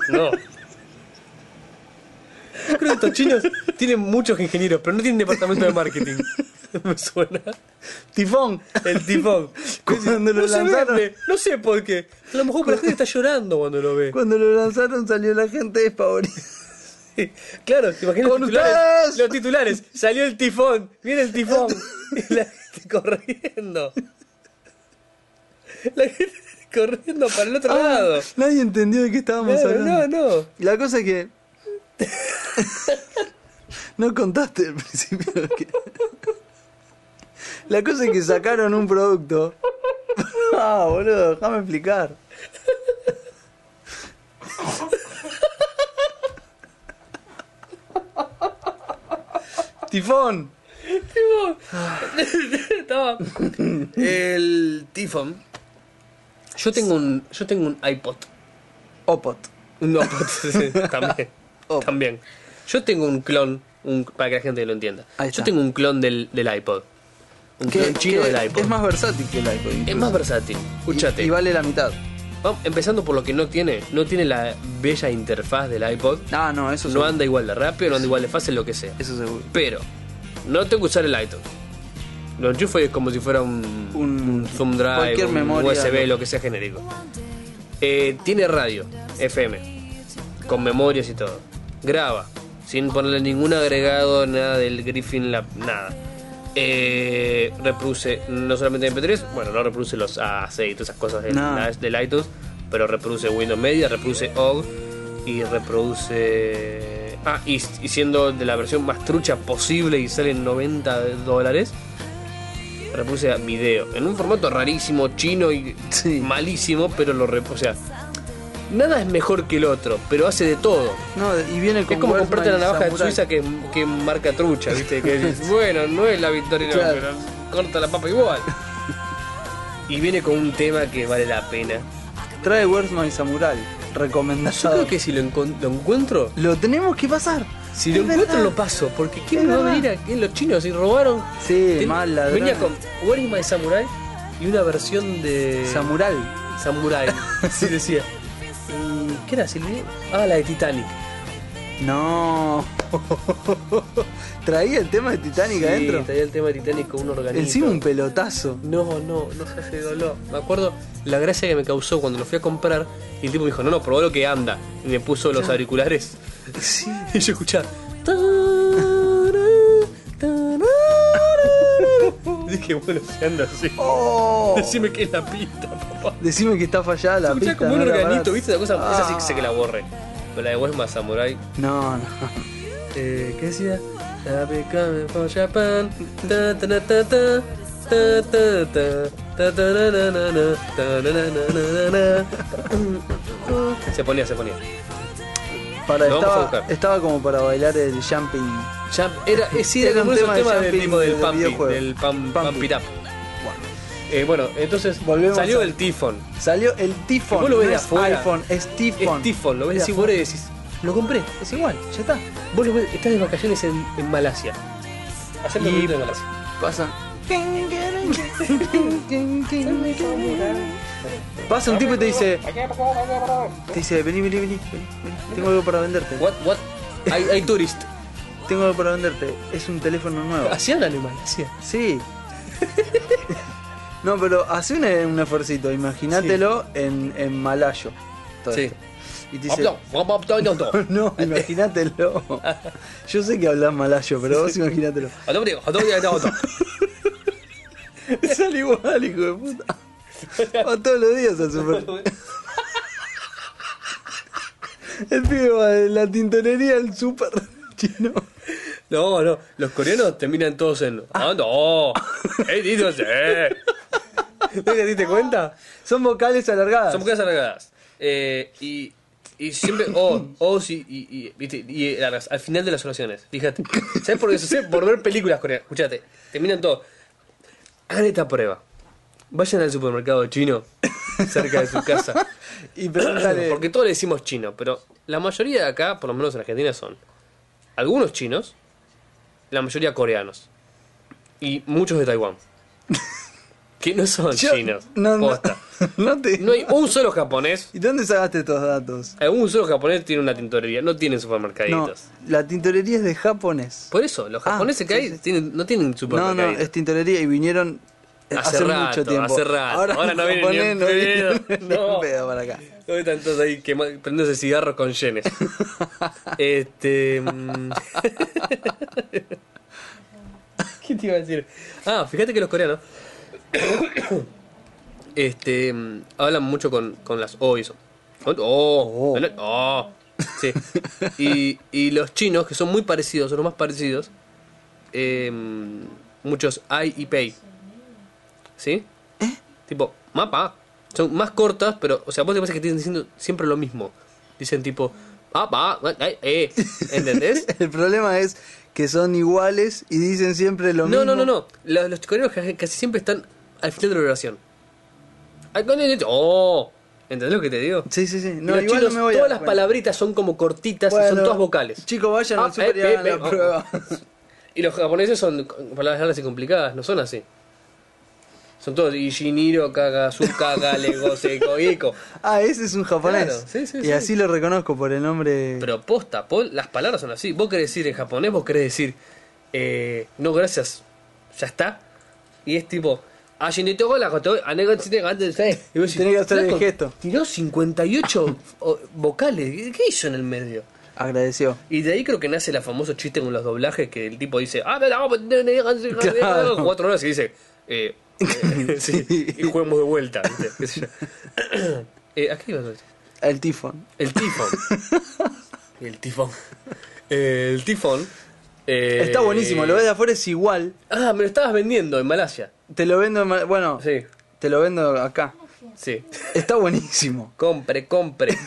[SPEAKER 2] no Yo creo que estos chinos tienen muchos ingenieros pero no tienen departamento de marketing me suena
[SPEAKER 1] Tifón.
[SPEAKER 2] el tifón
[SPEAKER 1] Cuando lo
[SPEAKER 2] no se
[SPEAKER 1] lanzaron.
[SPEAKER 2] vende, no sé por qué a lo mejor la gente está llorando cuando lo ve
[SPEAKER 1] Cuando lo lanzaron salió la gente despavorida.
[SPEAKER 2] Claro, te imaginas los
[SPEAKER 1] ¡Con
[SPEAKER 2] titulares,
[SPEAKER 1] ustedes!
[SPEAKER 2] los titulares. Salió el tifón, viene el tifón. Y la gente corriendo. La gente corriendo para el otro lado.
[SPEAKER 1] Nadie entendió de qué estábamos
[SPEAKER 2] Claro,
[SPEAKER 1] Ah, hablando.
[SPEAKER 2] no, no.
[SPEAKER 1] La cosa es que. no contaste al principio. lo que- La cosa es que sacaron un producto. Ah, boludo, déjame explicar. Tifón.
[SPEAKER 2] Estaba- El tifón. Yo tengo un, yo tengo un iPod.
[SPEAKER 1] Opot.
[SPEAKER 2] Un iPod sí, también.
[SPEAKER 1] Oh.
[SPEAKER 2] También. Yo tengo un clon, un- para que la gente lo entienda.
[SPEAKER 1] Ahí
[SPEAKER 2] Yo
[SPEAKER 1] está.
[SPEAKER 2] tengo un clon del, del iPod. Un
[SPEAKER 1] Que-
[SPEAKER 2] clon chino
[SPEAKER 1] que
[SPEAKER 2] del iPod.
[SPEAKER 1] Es más versátil que el iPod.
[SPEAKER 2] Es
[SPEAKER 1] incluso.
[SPEAKER 2] más versátil. Escúchate.
[SPEAKER 1] Y, y vale la mitad.
[SPEAKER 2] Vamos, empezando por lo que no tiene. No tiene la bella interfaz del iPod.
[SPEAKER 1] Ah, no, eso
[SPEAKER 2] No
[SPEAKER 1] seguro.
[SPEAKER 2] anda igual de rápido, no anda igual de fácil, lo que sea.
[SPEAKER 1] Eso seguro.
[SPEAKER 2] Pero, no tengo que usar el iTunes. Lo enchufo y es como si fuera un,
[SPEAKER 1] Un-
[SPEAKER 2] un Zoom Drive,
[SPEAKER 1] cualquier
[SPEAKER 2] un
[SPEAKER 1] memoria,
[SPEAKER 2] USB,
[SPEAKER 1] ¿no?
[SPEAKER 2] lo que sea genérico. Eh, tiene radio, FM, con memorias y todo. Graba, sin ponerle ningún agregado, nada del Griffin Lab, nada. Eh, reproduce no solamente MP3, bueno, no reproduce los AC y todas esas cosas del,
[SPEAKER 1] No.
[SPEAKER 2] la- del iTunes, pero reproduce Windows Media, reproduce OG y reproduce. Ah, y, y siendo de la versión más trucha posible y sale en 90 dólares, reproduce video en un formato rarísimo, chino y
[SPEAKER 1] Sí.
[SPEAKER 2] malísimo, pero lo reproduce. O sea, Nada es mejor que el otro, pero hace de todo.
[SPEAKER 1] No, y viene con
[SPEAKER 2] Es como
[SPEAKER 1] Wolfman
[SPEAKER 2] comprarte la
[SPEAKER 1] y
[SPEAKER 2] navaja en
[SPEAKER 1] Samurai.
[SPEAKER 2] Suiza que, que marca trucha, ¿viste? Que dices, bueno, no es la Victorinox,
[SPEAKER 1] Claro.
[SPEAKER 2] pero corta la papa igual. Y viene con un tema que vale la pena.
[SPEAKER 1] Trae Wordsman y Samurai.
[SPEAKER 2] Yo
[SPEAKER 1] Recomendado.
[SPEAKER 2] creo que si lo, encon- lo encuentro,
[SPEAKER 1] Lo tenemos que pasar.
[SPEAKER 2] si
[SPEAKER 1] Es
[SPEAKER 2] lo encuentro
[SPEAKER 1] verdad.
[SPEAKER 2] lo paso, porque ¿quién
[SPEAKER 1] Es
[SPEAKER 2] me va a
[SPEAKER 1] verdad.
[SPEAKER 2] venir aquí? Los chinos, si robaron.
[SPEAKER 1] Sí,
[SPEAKER 2] Ten-
[SPEAKER 1] mal ladrón. Eh,
[SPEAKER 2] Venía con Where is my Samurai y una versión de
[SPEAKER 1] Samurai.
[SPEAKER 2] Samurai. Así decía. ¿Y qué era? Silvia? Ah, la de Titanic.
[SPEAKER 1] No. Traía el tema de Titanic
[SPEAKER 2] Sí,
[SPEAKER 1] adentro.
[SPEAKER 2] Traía el tema de Titanic con un organito.
[SPEAKER 1] Encima un pelotazo.
[SPEAKER 2] No, no, no se hace dolor. Me acuerdo la gracia que me causó cuando lo fui a comprar y el tipo me dijo, no, no, probá lo que anda. Y me puso los auriculares. Y yo escuchaba. Dije, bueno, se anda así.
[SPEAKER 1] Oh.
[SPEAKER 2] Decime que es la pista, papá.
[SPEAKER 1] Decime que está fallada la
[SPEAKER 2] Se escuchaba
[SPEAKER 1] pista.
[SPEAKER 2] como un
[SPEAKER 1] no era barata.
[SPEAKER 2] organito, ¿viste? Esa cosa, esa sí
[SPEAKER 1] Ah.
[SPEAKER 2] que sé que la borré. Pero la de Wesma Samurai.
[SPEAKER 1] No, no.
[SPEAKER 2] Eh, ¿Qué decía? I'll be coming for Japan. Ta, ta, na, ta, ta. Ta, ta, ta. Ta, ta, na, na, na, na. Ta, na, na, na, na, na, na. Se ponía, se ponía.
[SPEAKER 1] Para,
[SPEAKER 2] Lo vamos a
[SPEAKER 1] estaba,
[SPEAKER 2] buscar.
[SPEAKER 1] estaba como para bailar el jumping.
[SPEAKER 2] Jump, era, eh, sí, era,
[SPEAKER 1] Era un
[SPEAKER 2] como esos
[SPEAKER 1] tema de
[SPEAKER 2] temas del tipo del
[SPEAKER 1] jumping del
[SPEAKER 2] pump, it,
[SPEAKER 1] videojuego.
[SPEAKER 2] del pump,
[SPEAKER 1] Pump
[SPEAKER 2] pump
[SPEAKER 1] it.
[SPEAKER 2] it up. Eh, bueno, entonces
[SPEAKER 1] Volvemos
[SPEAKER 2] salió
[SPEAKER 1] a-
[SPEAKER 2] el tifón.
[SPEAKER 1] Salió el tifón.
[SPEAKER 2] Vos lo
[SPEAKER 1] no
[SPEAKER 2] ves de
[SPEAKER 1] es
[SPEAKER 2] afuera.
[SPEAKER 1] iPhone, es tifón.
[SPEAKER 2] Es tifón, lo ves
[SPEAKER 1] Es
[SPEAKER 2] decís, vos le decís, lo compré, es igual, ya está. Vos lo ves, estás de vacaciones en, en Malasia. Hacemos
[SPEAKER 1] Y-
[SPEAKER 2] un de Malasia.
[SPEAKER 1] Pasa. Pasa un tipo y te dice. Te dice, vení, vení, vení, vení, vení. Tengo algo para venderte.
[SPEAKER 2] What, what? Hay, hay tourist.
[SPEAKER 1] Tengo algo para venderte. Es un teléfono nuevo.
[SPEAKER 2] Así hablan en Malasia.
[SPEAKER 1] Sí. No, pero hace un, un esfuercito, imagínatelo en, en malayo. todo
[SPEAKER 2] Sí.
[SPEAKER 1] esto. Y te dice, no, imagínatelo. Yo sé que hablas malayo, pero vos imagínatelo. Sale igual, hijo de puta. Va todos los días al super. El pibe va de la tintorería al super chino.
[SPEAKER 2] No, no, los coreanos terminan todos en. ¡Ah, no! ¡Eh, dito, eh! ¿No te diste cuenta?
[SPEAKER 1] Son vocales alargadas.
[SPEAKER 2] Son mujeres alargadas. Eh, y, y siempre. Oh, oh, sí. Y, y, viste, y largas. Al final de las oraciones. Fíjate. ¿Sabes por qué sucede? Por ver películas coreanas. Escuchate. Terminan todo. Hagan esta prueba. Vayan al supermercado chino cerca de su casa.
[SPEAKER 1] Y pregúntale.
[SPEAKER 2] Porque todos le decimos chino, pero la mayoría de acá, por lo menos en Argentina, son algunos chinos, la mayoría coreanos y muchos de Taiwán. Que no son
[SPEAKER 1] Yo-
[SPEAKER 2] chinos.
[SPEAKER 1] No, no,
[SPEAKER 2] posta.
[SPEAKER 1] no te-
[SPEAKER 2] No hay un solo japonés.
[SPEAKER 1] ¿Y dónde sacaste estos datos?
[SPEAKER 2] Algún solo japonés tiene una tintorería, no tienen supermercaditos.
[SPEAKER 1] No, la tintorería es de japonés.
[SPEAKER 2] Por eso, los
[SPEAKER 1] Ah,
[SPEAKER 2] japoneses que
[SPEAKER 1] sí,
[SPEAKER 2] hay
[SPEAKER 1] sí.
[SPEAKER 2] tienen- no tienen
[SPEAKER 1] No, no,
[SPEAKER 2] supermercaditos.
[SPEAKER 1] es tintorería y vinieron eh,
[SPEAKER 2] Hace
[SPEAKER 1] hace,
[SPEAKER 2] rato,
[SPEAKER 1] mucho tiempo.
[SPEAKER 2] hace rato. Ahora no vienen ni en
[SPEAKER 1] japonés no
[SPEAKER 2] pedo,
[SPEAKER 1] vienen ni
[SPEAKER 2] no.
[SPEAKER 1] en pedo para acá.
[SPEAKER 2] ¿Dónde están todos ahí quema- prendiéndose cigarros con yenes? este. mm. ¿Qué te iba a decir? Ah, fíjate que los coreanos. este. mm, Hablan mucho con, con las O y eso. Oh, oh, oh. Sí. Y, y los chinos, que son muy parecidos, son los más parecidos. eh, muchos Ai y Pei. ¿Sí? Tipo, mapa. Son más cortas, pero, o sea, vos te parece que están diciendo siempre lo mismo. Dicen tipo, mapa, eh, eh. ¿entendés?
[SPEAKER 1] El problema es que son iguales y dicen siempre lo
[SPEAKER 2] No,
[SPEAKER 1] mismo.
[SPEAKER 2] no, no, no. Los, los coreanos ca- casi siempre están al final de la oración. Al- con el- Oh, ¿entendés lo que te digo?
[SPEAKER 1] Sí, sí, sí.
[SPEAKER 2] Y
[SPEAKER 1] No,
[SPEAKER 2] los
[SPEAKER 1] igual
[SPEAKER 2] chinos,
[SPEAKER 1] no me voy
[SPEAKER 2] todas
[SPEAKER 1] a dar
[SPEAKER 2] las
[SPEAKER 1] cuenta.
[SPEAKER 2] palabritas son como cortitas y son
[SPEAKER 1] Bueno,
[SPEAKER 2] todas vocales.
[SPEAKER 1] Chicos, vayan
[SPEAKER 2] Ah,
[SPEAKER 1] al super y
[SPEAKER 2] eh,
[SPEAKER 1] hagan
[SPEAKER 2] eh,
[SPEAKER 1] la
[SPEAKER 2] eh, oh,
[SPEAKER 1] prueba.
[SPEAKER 2] Y los japoneses son con palabras largas y complicadas, no son así. Son todos Ishiniro, Kagazuka, Galego, Seiko, Iko.
[SPEAKER 1] Ah, ese es un japonés.
[SPEAKER 2] Claro, sí, sí,
[SPEAKER 1] y
[SPEAKER 2] sí.
[SPEAKER 1] así lo reconozco por el nombre.
[SPEAKER 2] Pero posta, Paul, las palabras son así. Vos querés decir en japonés, vos querés decir, eh, no gracias, ya está. Y es tipo, "Ah, "Ashinito gola koto, anegotsite gandensei". Y vos decís,
[SPEAKER 1] Tenés que hacer el
[SPEAKER 2] "Flaco,
[SPEAKER 1] gesto".
[SPEAKER 2] Tiró 58 o- vocales, ¿qué- ¿qué hizo en el medio?
[SPEAKER 1] Agradeció.
[SPEAKER 2] Y de ahí creo que nace el famoso chiste con los doblajes que el tipo dice, ah, me la vamos a poner en el-
[SPEAKER 1] Claro.
[SPEAKER 2] cuatro horas y dice, eh, eh, sí, y juguemos de vuelta. ¿viste? Qué sé yo. Eh, ¿A qué ibas a decir?
[SPEAKER 1] El tifón.
[SPEAKER 2] El tifón. el tifón. Eh, el tifón. eh,
[SPEAKER 1] Está buenísimo, lo ves de afuera es igual.
[SPEAKER 2] Ah, me lo estabas vendiendo en Malasia.
[SPEAKER 1] Te lo vendo, en ma- bueno,
[SPEAKER 2] Sí.
[SPEAKER 1] te lo vendo acá.
[SPEAKER 2] Sí.
[SPEAKER 1] Está buenísimo.
[SPEAKER 2] Compre, compre.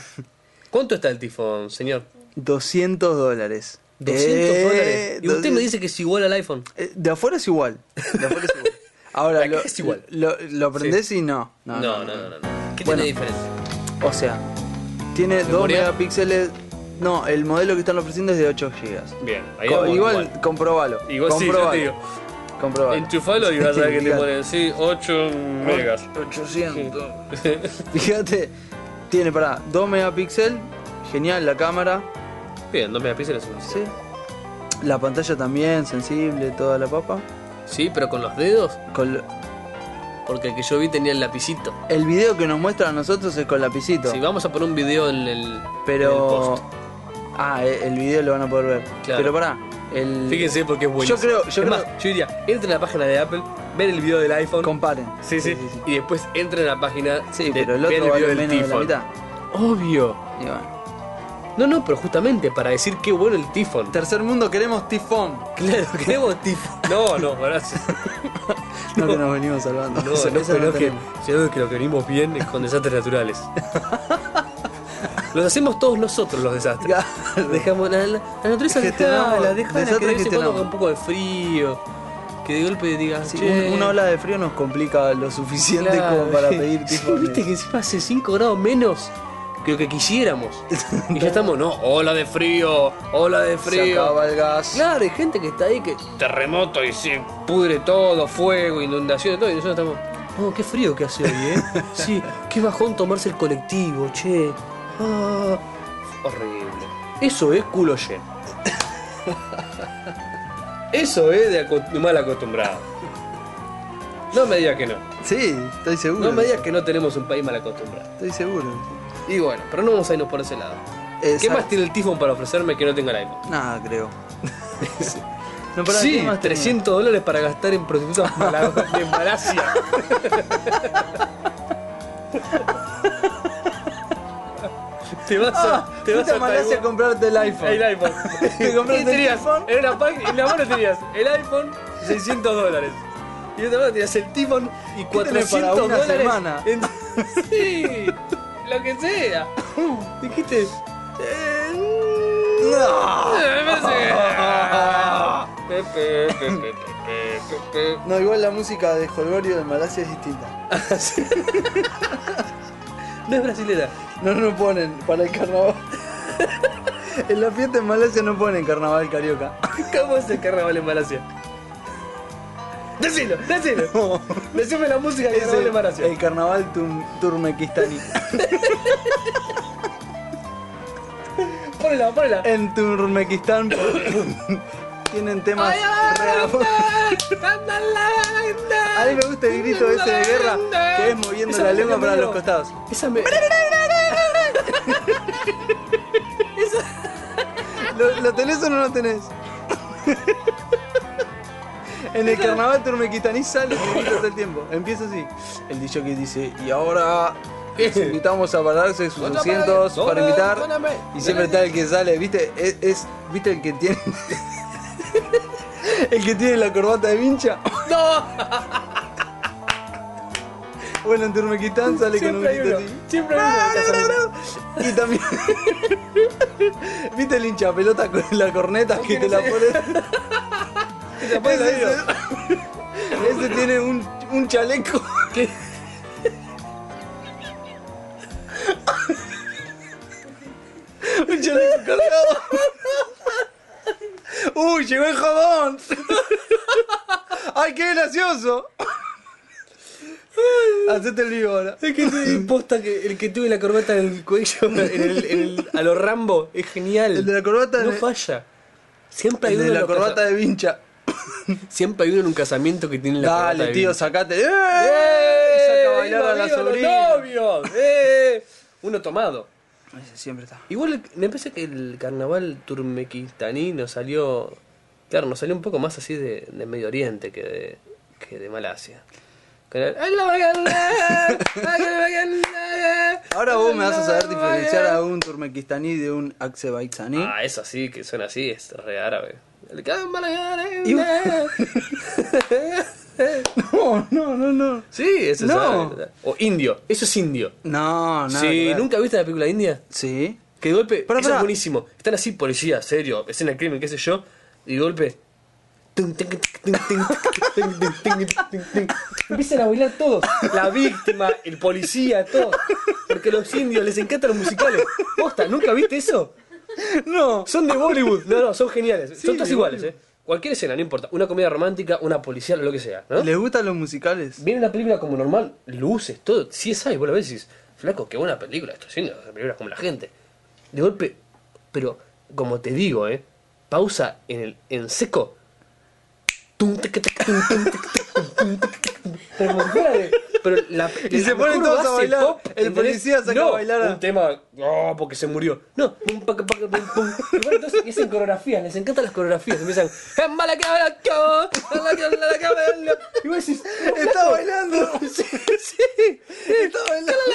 [SPEAKER 2] ¿Cuánto está el tifón, señor?
[SPEAKER 1] 200 dólares.
[SPEAKER 2] 200
[SPEAKER 1] Eh,
[SPEAKER 2] dólares. Y usted me
[SPEAKER 1] 200.
[SPEAKER 2] dice que es igual al iPhone.
[SPEAKER 1] Eh, De afuera es igual. De afuera es igual. Ahora,
[SPEAKER 2] Acá
[SPEAKER 1] lo,
[SPEAKER 2] es igual.
[SPEAKER 1] lo, lo prendés y no.
[SPEAKER 2] No,
[SPEAKER 1] No,
[SPEAKER 2] no, no. no, no. ¿Qué tiene
[SPEAKER 1] Bueno.
[SPEAKER 2] de diferencia?
[SPEAKER 1] O sea, tiene 2
[SPEAKER 2] ¿Memoria?
[SPEAKER 1] megapíxeles. No, el modelo que están ofreciendo es de 8 GB.
[SPEAKER 2] Bien,
[SPEAKER 1] Co-
[SPEAKER 2] vamos
[SPEAKER 1] igual, comprobalo.
[SPEAKER 2] Igual sí, yo te digo.
[SPEAKER 1] Comprobalo.
[SPEAKER 2] Enchufalo y vas a ver que te
[SPEAKER 1] Fíjate.
[SPEAKER 2] pone, sí, 8 megas.
[SPEAKER 1] 800. Fíjate, tiene para 2 megapíxeles. Genial la cámara.
[SPEAKER 2] Bien, 2 megapíxeles es suficiente.
[SPEAKER 1] Sí. La pantalla también, sensible, toda la papa.
[SPEAKER 2] Sí, pero con los dedos,
[SPEAKER 1] Con lo-
[SPEAKER 2] porque el que yo vi tenía el lapicito.
[SPEAKER 1] el video que nos muestra a nosotros es con lapicito.
[SPEAKER 2] Si vamos a poner un video en el, en el
[SPEAKER 1] Pero.
[SPEAKER 2] post.
[SPEAKER 1] Ah, e- el video lo van a poder ver.
[SPEAKER 2] Claro.
[SPEAKER 1] Pero pará, el.
[SPEAKER 2] Fíjense porque es buenísimo.
[SPEAKER 1] Yo creo- yo
[SPEAKER 2] Es
[SPEAKER 1] creo-
[SPEAKER 2] más, yo diría, entren a la página de Apple, ver el video del iPhone.
[SPEAKER 1] Comparen.
[SPEAKER 2] sí, sí, Y después entren a la página
[SPEAKER 1] Sí,
[SPEAKER 2] de-
[SPEAKER 1] pero el
[SPEAKER 2] vean
[SPEAKER 1] otro vale
[SPEAKER 2] video del
[SPEAKER 1] menos de la
[SPEAKER 2] Tifón.
[SPEAKER 1] mitad.
[SPEAKER 2] Obvio.
[SPEAKER 1] Y bueno.
[SPEAKER 2] No, no, pero justamente para decir qué bueno el tifón.
[SPEAKER 1] Tercer mundo queremos tifón.
[SPEAKER 2] Claro, queremos tifón. No, no, gracias.
[SPEAKER 1] No, que nos venimos salvando.
[SPEAKER 2] No, no,
[SPEAKER 1] Cerveza
[SPEAKER 2] sino
[SPEAKER 1] no
[SPEAKER 2] que,
[SPEAKER 1] tenemos.
[SPEAKER 2] sino que lo que venimos bien es con desastres naturales. Los hacemos todos nosotros los desastres.
[SPEAKER 1] Claro.
[SPEAKER 2] Dejamos la, la, la naturaleza
[SPEAKER 1] Gestionamos.
[SPEAKER 2] dejala, dejala que
[SPEAKER 1] Desastres
[SPEAKER 2] de vez en cuando
[SPEAKER 1] gestionamos.
[SPEAKER 2] con un poco de frío, que de golpe digas,
[SPEAKER 1] Sí,
[SPEAKER 2] che,
[SPEAKER 1] un- una ola de frío nos complica lo suficiente
[SPEAKER 2] claro,
[SPEAKER 1] como para
[SPEAKER 2] sí.
[SPEAKER 1] pedir
[SPEAKER 2] Sí,
[SPEAKER 1] tifón.
[SPEAKER 2] viste que encima hace 5 grados menos que lo que quisiéramos. y ya estamos, no, ola de frío, ola de
[SPEAKER 1] Se
[SPEAKER 2] frío.
[SPEAKER 1] acaba el gas.
[SPEAKER 2] Claro, hay gente que está ahí que terremoto y se pudre todo, fuego, inundaciones, todo, y nosotros estamos. Oh, qué frío que hace hoy, ¿eh? Sí, qué bajón tomarse el colectivo, che. Ah, horrible. Eso es culo lleno. Eso es de aco- mal acostumbrado. No me digas que no.
[SPEAKER 1] Sí, estoy seguro.
[SPEAKER 2] No me digas que no tenemos un país mal acostumbrado.
[SPEAKER 1] Estoy seguro.
[SPEAKER 2] Y bueno, pero no vamos a irnos por ese lado. ¿Qué
[SPEAKER 1] Exacto.
[SPEAKER 2] más tiene el tifón para ofrecerme que no tenga el iPhone?
[SPEAKER 1] Nada, creo. No, pará,
[SPEAKER 2] Sí,
[SPEAKER 1] ¿qué más tenía?
[SPEAKER 2] 300 dólares para gastar en prostitutas mala- de Malasia. te vas a. Te vas
[SPEAKER 1] Ah, Fuiste
[SPEAKER 2] Ah, a
[SPEAKER 1] a Malasia a
[SPEAKER 2] Taiwán-
[SPEAKER 1] comprarte el iPhone.
[SPEAKER 2] el iPhone.
[SPEAKER 1] Te compraste
[SPEAKER 2] ¿Qué tenías?
[SPEAKER 1] el iPhone.
[SPEAKER 2] En, una página, en la mano tenías el iPhone, 600 dólares. Y en otra mano tenías el tifón y
[SPEAKER 1] tenés
[SPEAKER 2] 400
[SPEAKER 1] para una
[SPEAKER 2] dólares.
[SPEAKER 1] semana?
[SPEAKER 2] en- sí, lo que sea. Dijiste.
[SPEAKER 1] No.
[SPEAKER 2] "Eh, me sé". Pe, pe, pe, pe, pe, pe, pe.
[SPEAKER 1] No, igual la música de Holgorio de Malasia es distinta.
[SPEAKER 2] Ah, No es brasilera.
[SPEAKER 1] No, no ponen para el carnaval. en la fiesta en Malasia no ponen carnaval carioca.
[SPEAKER 2] ¿Cómo es el carnaval en Malasia? Decilo, decilo. Decime la música del carnaval en Malasia.
[SPEAKER 1] el carnaval tum, turmequistaní.
[SPEAKER 2] Ponela, ponela.
[SPEAKER 1] en Turmequistán tienen temas. re- A mí me gusta el grito ese de guerra que es moviendo
[SPEAKER 2] Esa
[SPEAKER 1] la
[SPEAKER 2] me
[SPEAKER 1] lengua para
[SPEAKER 2] medio-
[SPEAKER 1] los costados.
[SPEAKER 2] Esa me...
[SPEAKER 1] ¿Lo, lo tenés o no lo tenés? En el carnaval turmequistaní sale y grita todo el tiempo. Empieza así. El dicho que dice, y ahora les invitamos a pararse sus asientos para invitar. Y siempre está el que sale, ¿viste? Es, es- ¿viste el que tiene? El que tiene la corbata de vincha.
[SPEAKER 2] ¡No!
[SPEAKER 1] Bueno, en Turmequistán sale con un
[SPEAKER 2] Siempre hay uno.
[SPEAKER 1] grito así.
[SPEAKER 2] Siempre hay uno.
[SPEAKER 1] Y también. ¿Viste el hincha pelota con la corneta que te la pone?
[SPEAKER 2] Te pones
[SPEAKER 1] Ese,
[SPEAKER 2] ahí, ¿no?
[SPEAKER 1] ese tiene un, un chaleco. un chaleco cargado. ¡Uy, llegó el jabón! ¡Ay, qué gracioso! Hacete el vivo ahora.
[SPEAKER 2] Es que te imposta que el que tuve la corbata en el cuello en el- en el- a los Rambo es genial.
[SPEAKER 1] El de la corbata
[SPEAKER 2] no
[SPEAKER 1] de-
[SPEAKER 2] falla. Siempre hay
[SPEAKER 1] El
[SPEAKER 2] uno
[SPEAKER 1] de
[SPEAKER 2] en los
[SPEAKER 1] la corbata de vincha.
[SPEAKER 2] casa- siempre hay uno en un casamiento que tiene la corbata
[SPEAKER 1] Dale,
[SPEAKER 2] de
[SPEAKER 1] tío,
[SPEAKER 2] vincha.
[SPEAKER 1] sacate. ¡Eh!
[SPEAKER 2] ¡Eh!
[SPEAKER 1] Y saca a bailar
[SPEAKER 2] ¡Viva,
[SPEAKER 1] a la
[SPEAKER 2] viva los
[SPEAKER 1] sobrina.
[SPEAKER 2] novios! ¡Eh! Uno tomado.
[SPEAKER 1] Ese siempre está.
[SPEAKER 2] Igual el- me parece que el carnaval turmequistaní nos salió. Claro, nos salió un poco más así de, de Medio Oriente que de, que de Malasia. Con el-
[SPEAKER 1] Ahora vos me vas a saber diferenciar a un turmequistaní de un axebaizaní.
[SPEAKER 2] Ah, eso sí, que suena así, es re árabe. El
[SPEAKER 1] Y-
[SPEAKER 2] cámara-
[SPEAKER 1] No, no, no, no.
[SPEAKER 2] Sí, eso es eh,
[SPEAKER 1] No.
[SPEAKER 2] O indio, eso es indio.
[SPEAKER 1] No, nada que
[SPEAKER 2] sí,
[SPEAKER 1] ver.
[SPEAKER 2] ¿nunca viste la película india?
[SPEAKER 1] Sí.
[SPEAKER 2] Que de golpe,
[SPEAKER 1] Pará,
[SPEAKER 2] eso
[SPEAKER 1] pará.
[SPEAKER 2] es buenísimo. Están así, policía, serio, escena de crimen, qué sé yo, y de golpe. tun, tin, tin, tin, tin, tin, tin, tin, tin, tin. Empiezan a bailar todos. La víctima, el policía, todos. Porque a los indios les encantan los musicales. Posta, ¿nunca viste eso?
[SPEAKER 1] No.
[SPEAKER 2] Son de Bollywood. No, no, son geniales. son todas
[SPEAKER 1] de
[SPEAKER 2] iguales, ¿eh? Cualquier escena, no importa. Una comedia romántica, una policial, lo que sea, ¿no?
[SPEAKER 1] ¿Les gustan los musicales?
[SPEAKER 2] Viene la película como normal, luces, todo. Si es ahí, vos la ves y decís, flaco, qué buena película, esto es cine, las películas como la gente. De golpe, pero como te digo, ¿eh? Pausa en el en seco. Tum, tic, tic, tum, tum, tic, tic, tum, tum, tic, tic, tum. Pero como si fuera de- pero la,
[SPEAKER 1] Y se
[SPEAKER 2] la-
[SPEAKER 1] ponen
[SPEAKER 2] juro,
[SPEAKER 1] todos a
[SPEAKER 2] hace
[SPEAKER 1] bailar. El
[SPEAKER 2] ¿entendés?
[SPEAKER 1] policía saca
[SPEAKER 2] No,
[SPEAKER 1] a bailar a-
[SPEAKER 2] un tema, oh, porque se murió. No, pum, paca, paca, pum, pum. Y bueno, entonces, y hacen coreografías, les encantan las coreografías. Empiezan, "Es mala que habla, que habla, que habla, que habla". Y vos decís,
[SPEAKER 1] Está bailando.
[SPEAKER 2] Sí, sí.
[SPEAKER 1] Está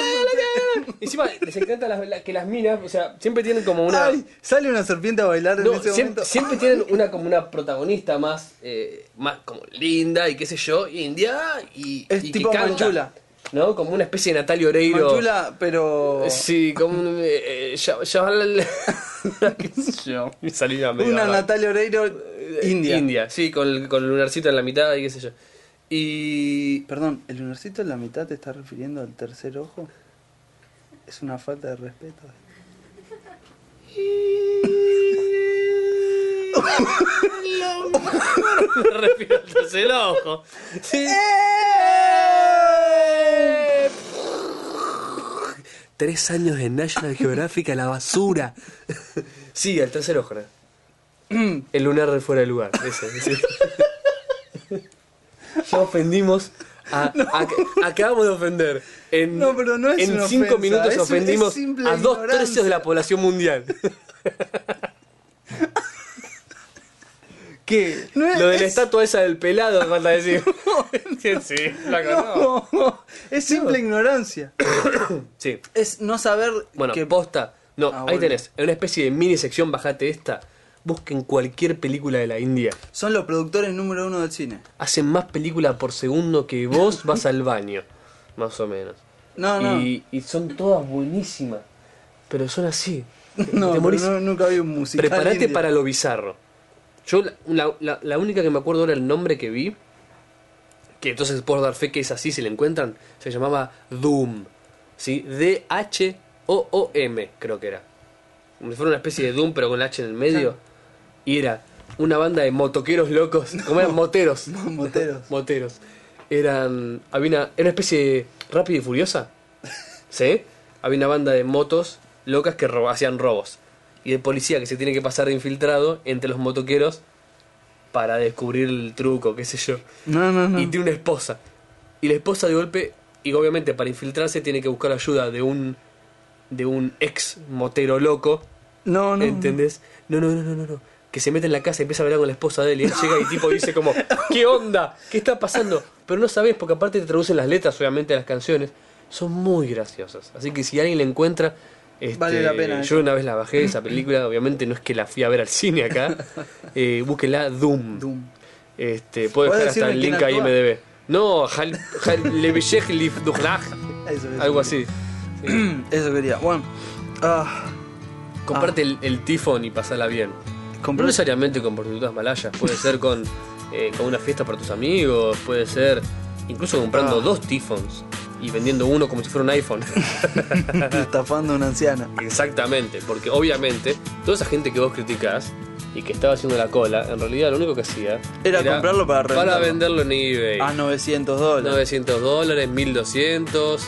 [SPEAKER 1] bailando.
[SPEAKER 2] Encima, les encanta las- la- que las minas, o sea, siempre tienen como una.
[SPEAKER 1] Ay, sale una serpiente a bailar
[SPEAKER 2] No,
[SPEAKER 1] en ese
[SPEAKER 2] siempre,
[SPEAKER 1] momento. Ah,
[SPEAKER 2] siempre tienen una como una protagonista más, eh, más como linda y qué sé yo, india y.
[SPEAKER 1] Es
[SPEAKER 2] y
[SPEAKER 1] tipo
[SPEAKER 2] que canta,
[SPEAKER 1] Manchula.
[SPEAKER 2] ¿No? Como una especie de Natalia Oreiro.
[SPEAKER 1] Manchula, pero.
[SPEAKER 2] Sí, como un. eh, eh, ya- ya- ¿Qué sé yo? Me salía medio
[SPEAKER 1] Una
[SPEAKER 2] raro.
[SPEAKER 1] Natalia Oreiro
[SPEAKER 2] Eh,
[SPEAKER 1] india.
[SPEAKER 2] India, sí, con el, con el lunarcito en la mitad y qué sé yo. Y.
[SPEAKER 1] Perdón, ¿el lunarcito en la mitad te está refiriendo al tercer ojo? Es una falta de respeto.
[SPEAKER 2] Me refiero al tercer ojo. Sí. Tres años de National Geographic a la basura. Sí, al tercer ojo. ¿no? El lunar de fuera de lugar. ese, ese. Ya ofendimos. A, a- acabamos de ofender. En,
[SPEAKER 1] No, pero no es
[SPEAKER 2] en
[SPEAKER 1] una
[SPEAKER 2] cinco
[SPEAKER 1] ofensa,
[SPEAKER 2] minutos
[SPEAKER 1] es- es
[SPEAKER 2] ofendimos
[SPEAKER 1] simple
[SPEAKER 2] a dos
[SPEAKER 1] ignorancia.
[SPEAKER 2] tercios de la población mundial.
[SPEAKER 1] ¿Qué? No es,
[SPEAKER 2] Lo de la
[SPEAKER 1] es-
[SPEAKER 2] estatua esa del pelado, me falta decir. sí, sí, flaco, no.
[SPEAKER 1] No, es simple ignorancia.
[SPEAKER 2] Sí.
[SPEAKER 1] Es no saber
[SPEAKER 2] Bueno,
[SPEAKER 1] que
[SPEAKER 2] posta. No,
[SPEAKER 1] Ah,
[SPEAKER 2] ahí
[SPEAKER 1] bueno.
[SPEAKER 2] tenés. En una especie de mini sección, bajate esta. Busquen cualquier película de la India.
[SPEAKER 1] son los productores número uno del cine.
[SPEAKER 2] Hacen más película por segundo que vos vas al baño. Más o menos.
[SPEAKER 1] No, no.
[SPEAKER 2] Y, y son todas buenísimas. Pero son así.
[SPEAKER 1] No,
[SPEAKER 2] Te
[SPEAKER 1] pero
[SPEAKER 2] morís.
[SPEAKER 1] no- nunca vi un musical.
[SPEAKER 2] Preparate
[SPEAKER 1] indio.
[SPEAKER 2] para lo bizarro. Yo, la, la- la- la única que me acuerdo era el nombre que vi, que entonces puedo dar fe que es así, si le encuentran, se llamaba Doom. ¿Sí? D-H-O-O-M, creo que era. Como si fuera una especie de Doom, pero con la H en el medio. Y era una banda de motoqueros locos, como eran moteros.
[SPEAKER 1] Moteros.
[SPEAKER 2] moteros. Eran. Había una, era una especie de rápida y furiosa. ¿Sí? Había una banda de motos locas que roba- hacían robos. Y el policía que se tiene que pasar de infiltrado entre los motoqueros para descubrir el truco, qué sé yo.
[SPEAKER 1] No, no, no.
[SPEAKER 2] Y tiene una esposa. Y la esposa de golpe, y obviamente para infiltrarse tiene que buscar ayuda de un de un ex motero loco,
[SPEAKER 1] No, no.
[SPEAKER 2] ¿entendés? No, no, no, no, no, no. Que se mete en la casa y empieza a hablar con la esposa de él y él llega y tipo dice como, ¿qué onda? ¿Qué está pasando? Pero no sabes porque aparte te traducen las letras obviamente de las canciones. Son muy graciosas. Así que si alguien la encuentra... este,
[SPEAKER 1] Vale la pena
[SPEAKER 2] Yo una vez la bajé esa película, obviamente no es que la fui a ver al cine acá. Eh, búsquela Doom.
[SPEAKER 1] Doom.
[SPEAKER 2] Este, puedo
[SPEAKER 1] ¿Podés
[SPEAKER 2] dejar hasta
[SPEAKER 1] decirme
[SPEAKER 2] el
[SPEAKER 1] quién
[SPEAKER 2] link a
[SPEAKER 1] actúa?
[SPEAKER 2] IMDB. No, Hal, Hal Lebellej Lifduhraj,
[SPEAKER 1] Eso, eso.
[SPEAKER 2] algo así.
[SPEAKER 1] Ah. Mm, Eso quería. Bueno. Ah,
[SPEAKER 2] Comparte el, el tifón y pasala bien. No
[SPEAKER 1] compré
[SPEAKER 2] necesariamente con prostitutas malayas, puede ser con, eh, con una fiesta para tus amigos, puede ser incluso comprando
[SPEAKER 1] Ah.
[SPEAKER 2] dos tifons y vendiendo uno como si fuera un iPhone.
[SPEAKER 1] estafando a una anciana.
[SPEAKER 2] Exactamente, porque obviamente toda esa gente que vos criticás y que estaba haciendo la cola, en realidad lo único que hacía
[SPEAKER 1] Era comprarlo para
[SPEAKER 2] Para venderlo
[SPEAKER 1] revenderlo. Ah,
[SPEAKER 2] en eBay.
[SPEAKER 1] A 900 dólares.
[SPEAKER 2] 900 dólares, 1200,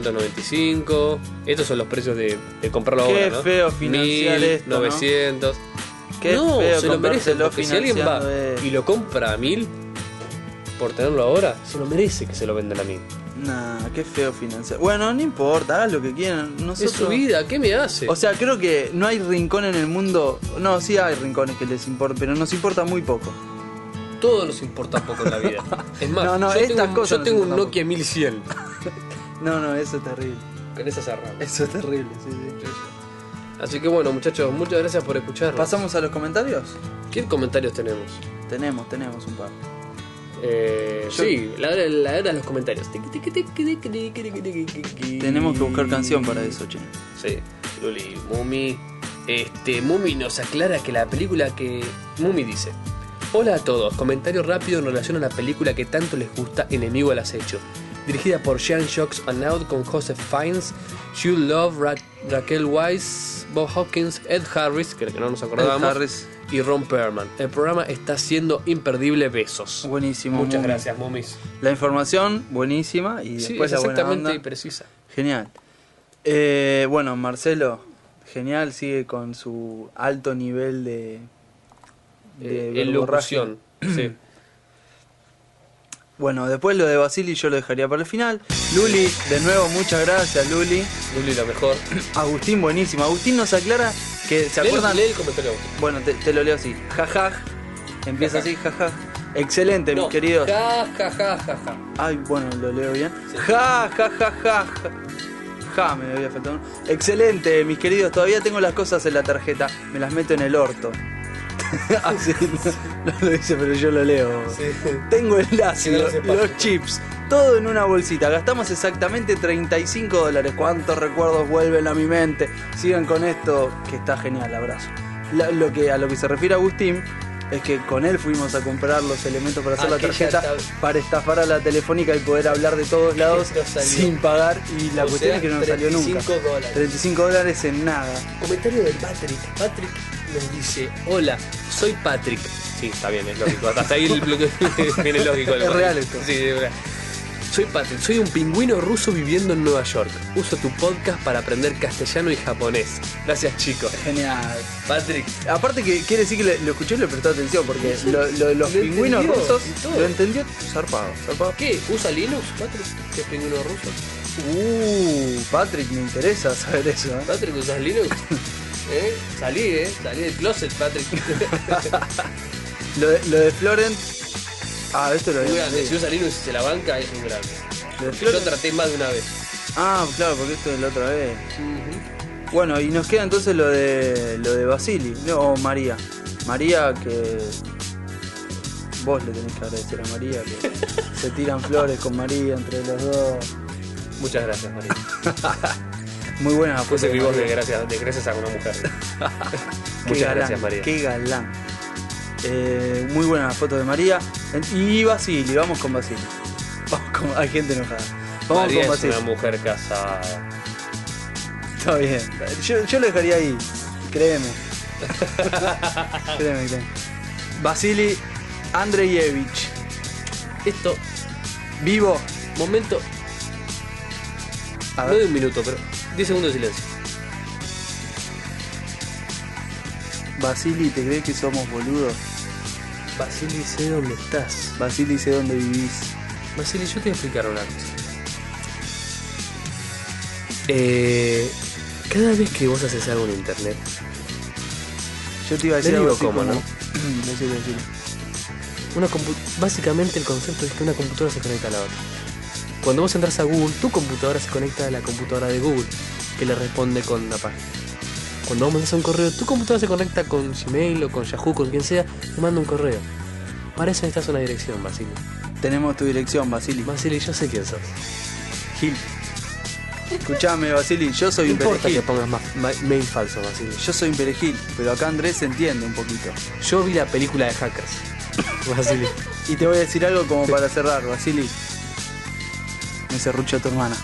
[SPEAKER 2] 895. Estos son los precios de, de comprarlo
[SPEAKER 1] Qué
[SPEAKER 2] ahora. ¿no?
[SPEAKER 1] feo financiar
[SPEAKER 2] 1000,
[SPEAKER 1] esto, ¿no?
[SPEAKER 2] 900.
[SPEAKER 1] Qué
[SPEAKER 2] no,
[SPEAKER 1] feo
[SPEAKER 2] se lo merece.
[SPEAKER 1] comprárselo
[SPEAKER 2] Porque si alguien va
[SPEAKER 1] financiando esto.
[SPEAKER 2] y lo compra a 1000 por tenerlo ahora, se lo merece que se lo vendan a 1000.
[SPEAKER 1] Nah, qué feo financiar. Bueno, no importa, hagan lo que quieran. Nosotros...
[SPEAKER 2] Es su vida, ¿qué me hace?
[SPEAKER 1] O sea, creo que no hay rincón en el mundo. No, sí hay rincones que les importa, pero nos importa muy poco.
[SPEAKER 2] Todo nos importa poco en la vida. Es más,
[SPEAKER 1] No, no,
[SPEAKER 2] yo
[SPEAKER 1] estas
[SPEAKER 2] tengo, un-
[SPEAKER 1] cosas
[SPEAKER 2] yo
[SPEAKER 1] nos
[SPEAKER 2] tengo un
[SPEAKER 1] importan
[SPEAKER 2] Nokia 1100.
[SPEAKER 1] No, no, eso es terrible.
[SPEAKER 2] Con esa cerramos.
[SPEAKER 1] Eso es terrible, sí, sí.
[SPEAKER 2] Así que bueno, muchachos, muchas gracias por escucharnos.
[SPEAKER 1] ¿Pasamos a los comentarios?
[SPEAKER 2] ¿Qué comentarios tenemos?
[SPEAKER 1] Tenemos, tenemos un par.
[SPEAKER 2] Eh,
[SPEAKER 8] Yo-
[SPEAKER 2] Sí, la hora, la hora de los comentarios. Tic, tic, tic, tic, tic, tic, tic, tic.
[SPEAKER 1] Tenemos que buscar canción para eso, che.
[SPEAKER 2] Sí, Luli, Mumi. Este, Mumi nos aclara que la película que. Mumi dice: Hola a todos, comentario rápido en relación a la película que tanto les gusta, Enemigo al Acecho. Dirigida por Jean Jacques Arnaud con Joseph Fiennes, Jude Love, Ra- Raquel Weiss, Bob Hawkins, Ed Harris, que no nos acordábamos,
[SPEAKER 1] Ed Harris.
[SPEAKER 2] y Ron Perlman. El programa está siendo imperdible. Besos.
[SPEAKER 1] Buenísimo.
[SPEAKER 2] Muchas
[SPEAKER 1] Mumi.
[SPEAKER 2] gracias, Mumis.
[SPEAKER 1] La información, buenísima. Y
[SPEAKER 2] Sí,
[SPEAKER 1] después
[SPEAKER 2] es
[SPEAKER 1] la buena
[SPEAKER 2] exactamente y
[SPEAKER 1] onda.
[SPEAKER 2] precisa.
[SPEAKER 1] Genial. Eh, bueno, Marcelo, genial, sigue con su alto nivel de.
[SPEAKER 2] Eh,
[SPEAKER 1] verborragia.
[SPEAKER 2] elocución. Sí.
[SPEAKER 1] Bueno, después lo de Basili yo lo dejaría para el final. Luli, de nuevo, muchas gracias, Luli.
[SPEAKER 2] Luli, lo mejor.
[SPEAKER 1] Agustín, buenísimo. Agustín nos aclara que se
[SPEAKER 2] Lee-
[SPEAKER 1] acuerdan.
[SPEAKER 2] lee el comentario.
[SPEAKER 1] Bueno, te, te lo leo así. Jajaj. Empieza
[SPEAKER 2] Jajaj.
[SPEAKER 1] así, jajaj. Excelente,
[SPEAKER 2] No,
[SPEAKER 1] mis queridos.
[SPEAKER 2] Ja, ja, ja, ja, ja.
[SPEAKER 1] Ay, bueno, lo leo bien. Ja, ja, ja, ja, ja. Ja, me había faltado uno. Excelente, mis queridos. Todavía tengo las cosas en la tarjeta. Me las meto en el orto. Así, no, no lo dice, pero yo lo leo. Tengo el ácido,
[SPEAKER 2] Sí, no lo
[SPEAKER 1] los
[SPEAKER 2] sepas.
[SPEAKER 1] chips, todo en una bolsita. Gastamos exactamente 35 dólares. ¿Cuántos recuerdos vuelven a mi mente? Sigan con esto, que está genial, abrazo. La- lo que, a lo que se refiere Agustín es que con él fuimos a comprar los elementos para hacer la
[SPEAKER 2] Aquella
[SPEAKER 1] tarjeta
[SPEAKER 2] tab-
[SPEAKER 1] para estafar a la telefónica y poder hablar de todos lados
[SPEAKER 2] Esto salió.
[SPEAKER 1] sin pagar. Y la
[SPEAKER 2] O
[SPEAKER 1] cuestión
[SPEAKER 2] sea,
[SPEAKER 1] es que no nos salió nunca.
[SPEAKER 2] 35 dólares.
[SPEAKER 1] 35 dólares en nada.
[SPEAKER 2] Comentario de Patrick. Patrick nos dice, hola, soy Patrick. Sí, está bien, es lógico. Hasta ahí el bloque viene lógico.
[SPEAKER 1] Es real esto.
[SPEAKER 2] Sí, es real. Soy Patrick, soy un pingüino ruso viviendo en Nueva York. Uso tu podcast para aprender castellano y japonés. Gracias, chicos.
[SPEAKER 1] Genial.
[SPEAKER 2] Patrick,
[SPEAKER 1] Aparte que quiere decir que le- lo escuché y le prestó atención porque lo- lo- los
[SPEAKER 2] Lo
[SPEAKER 1] pingüinos
[SPEAKER 2] entendió
[SPEAKER 1] rusos
[SPEAKER 2] y todo.
[SPEAKER 1] lo entendió zarpado, zarpado.
[SPEAKER 2] ¿qué? ¿Usa Linux, Patrick? ¿Qué es pingüino ruso?
[SPEAKER 1] Uh, Patrick, me interesa saber eso. ¿eh?
[SPEAKER 2] Patrick, ¿usas Linux? ¿Eh? Salí, ¿eh? Salí del closet, Patrick.
[SPEAKER 1] Lo de, lo de Florent. Ah, esto lo
[SPEAKER 2] Un
[SPEAKER 1] había
[SPEAKER 2] grande. Si
[SPEAKER 1] leído.
[SPEAKER 2] usa Linux y se la banca, es un grande.
[SPEAKER 1] Lo de
[SPEAKER 2] Yo
[SPEAKER 1] Florent-
[SPEAKER 2] traté más de una vez.
[SPEAKER 1] Ah, claro, porque esto es la otra vez. Bueno, y nos queda entonces lo de lo de Basili, no María. María que vos le tenés que agradecer a María que se tiran flores con María entre los dos.
[SPEAKER 2] Muchas gracias, María.
[SPEAKER 1] Muy buena
[SPEAKER 2] Puse mi voz de
[SPEAKER 1] María.
[SPEAKER 2] gracias, de gracias a una mujer.
[SPEAKER 1] Qué
[SPEAKER 2] Muchas
[SPEAKER 1] galán,
[SPEAKER 2] gracias, María.
[SPEAKER 1] Qué galán. Eh, muy buena la foto de María. Y Basili, vamos con Basili. Vamos con, hay gente enojada. Vamos
[SPEAKER 2] María
[SPEAKER 1] con
[SPEAKER 2] es
[SPEAKER 1] Basili.
[SPEAKER 2] una mujer casada.
[SPEAKER 1] Está bien. Yo, yo lo dejaría ahí. Créeme. créeme, créeme. Vasily Andreyevich.
[SPEAKER 2] Esto,
[SPEAKER 1] Vivo.
[SPEAKER 2] momento,
[SPEAKER 1] A
[SPEAKER 2] no de
[SPEAKER 1] ver.
[SPEAKER 2] un minuto, pero 10 segundos de silencio.
[SPEAKER 1] Vasily, ¿te crees que somos boludos?
[SPEAKER 2] Basili, sé dónde estás.
[SPEAKER 1] Vasily, sé dónde vivís.
[SPEAKER 2] Basili, yo te voy a explicar una cosa. Eh, cada vez que vos haces algo en internet,
[SPEAKER 1] Yo te iba a
[SPEAKER 2] Le
[SPEAKER 1] decir
[SPEAKER 2] digo
[SPEAKER 1] algo así
[SPEAKER 2] cómo,
[SPEAKER 1] como-
[SPEAKER 2] ¿no?
[SPEAKER 1] Decilo, decilo.
[SPEAKER 2] Una compu- básicamente el concepto es que una computadora se conecta a la otra. Cuando vos entras a Google, tu computadora se conecta a la computadora de Google, que le responde con una página. Cuando vos mandas un correo, tu computadora se conecta con Gmail o con Yahoo, con quien sea, te manda un correo. Para eso necesitas una dirección, Basili.
[SPEAKER 1] Tenemos tu dirección, Vasily.
[SPEAKER 2] Basili, yo sé quién sos.
[SPEAKER 1] Gil. Escuchame, Vasily, yo
[SPEAKER 2] No
[SPEAKER 1] soy un
[SPEAKER 2] importa que
[SPEAKER 1] perejil.
[SPEAKER 2] pongas ma- ma- mail falso, Basili.
[SPEAKER 1] Yo soy un perejil, pero acá Andrés se entiende un poquito.
[SPEAKER 2] Yo vi la película de hackers. Basili.
[SPEAKER 1] Y te voy a decir algo como para cerrar, Vasily. Me cerruchó tu hermana.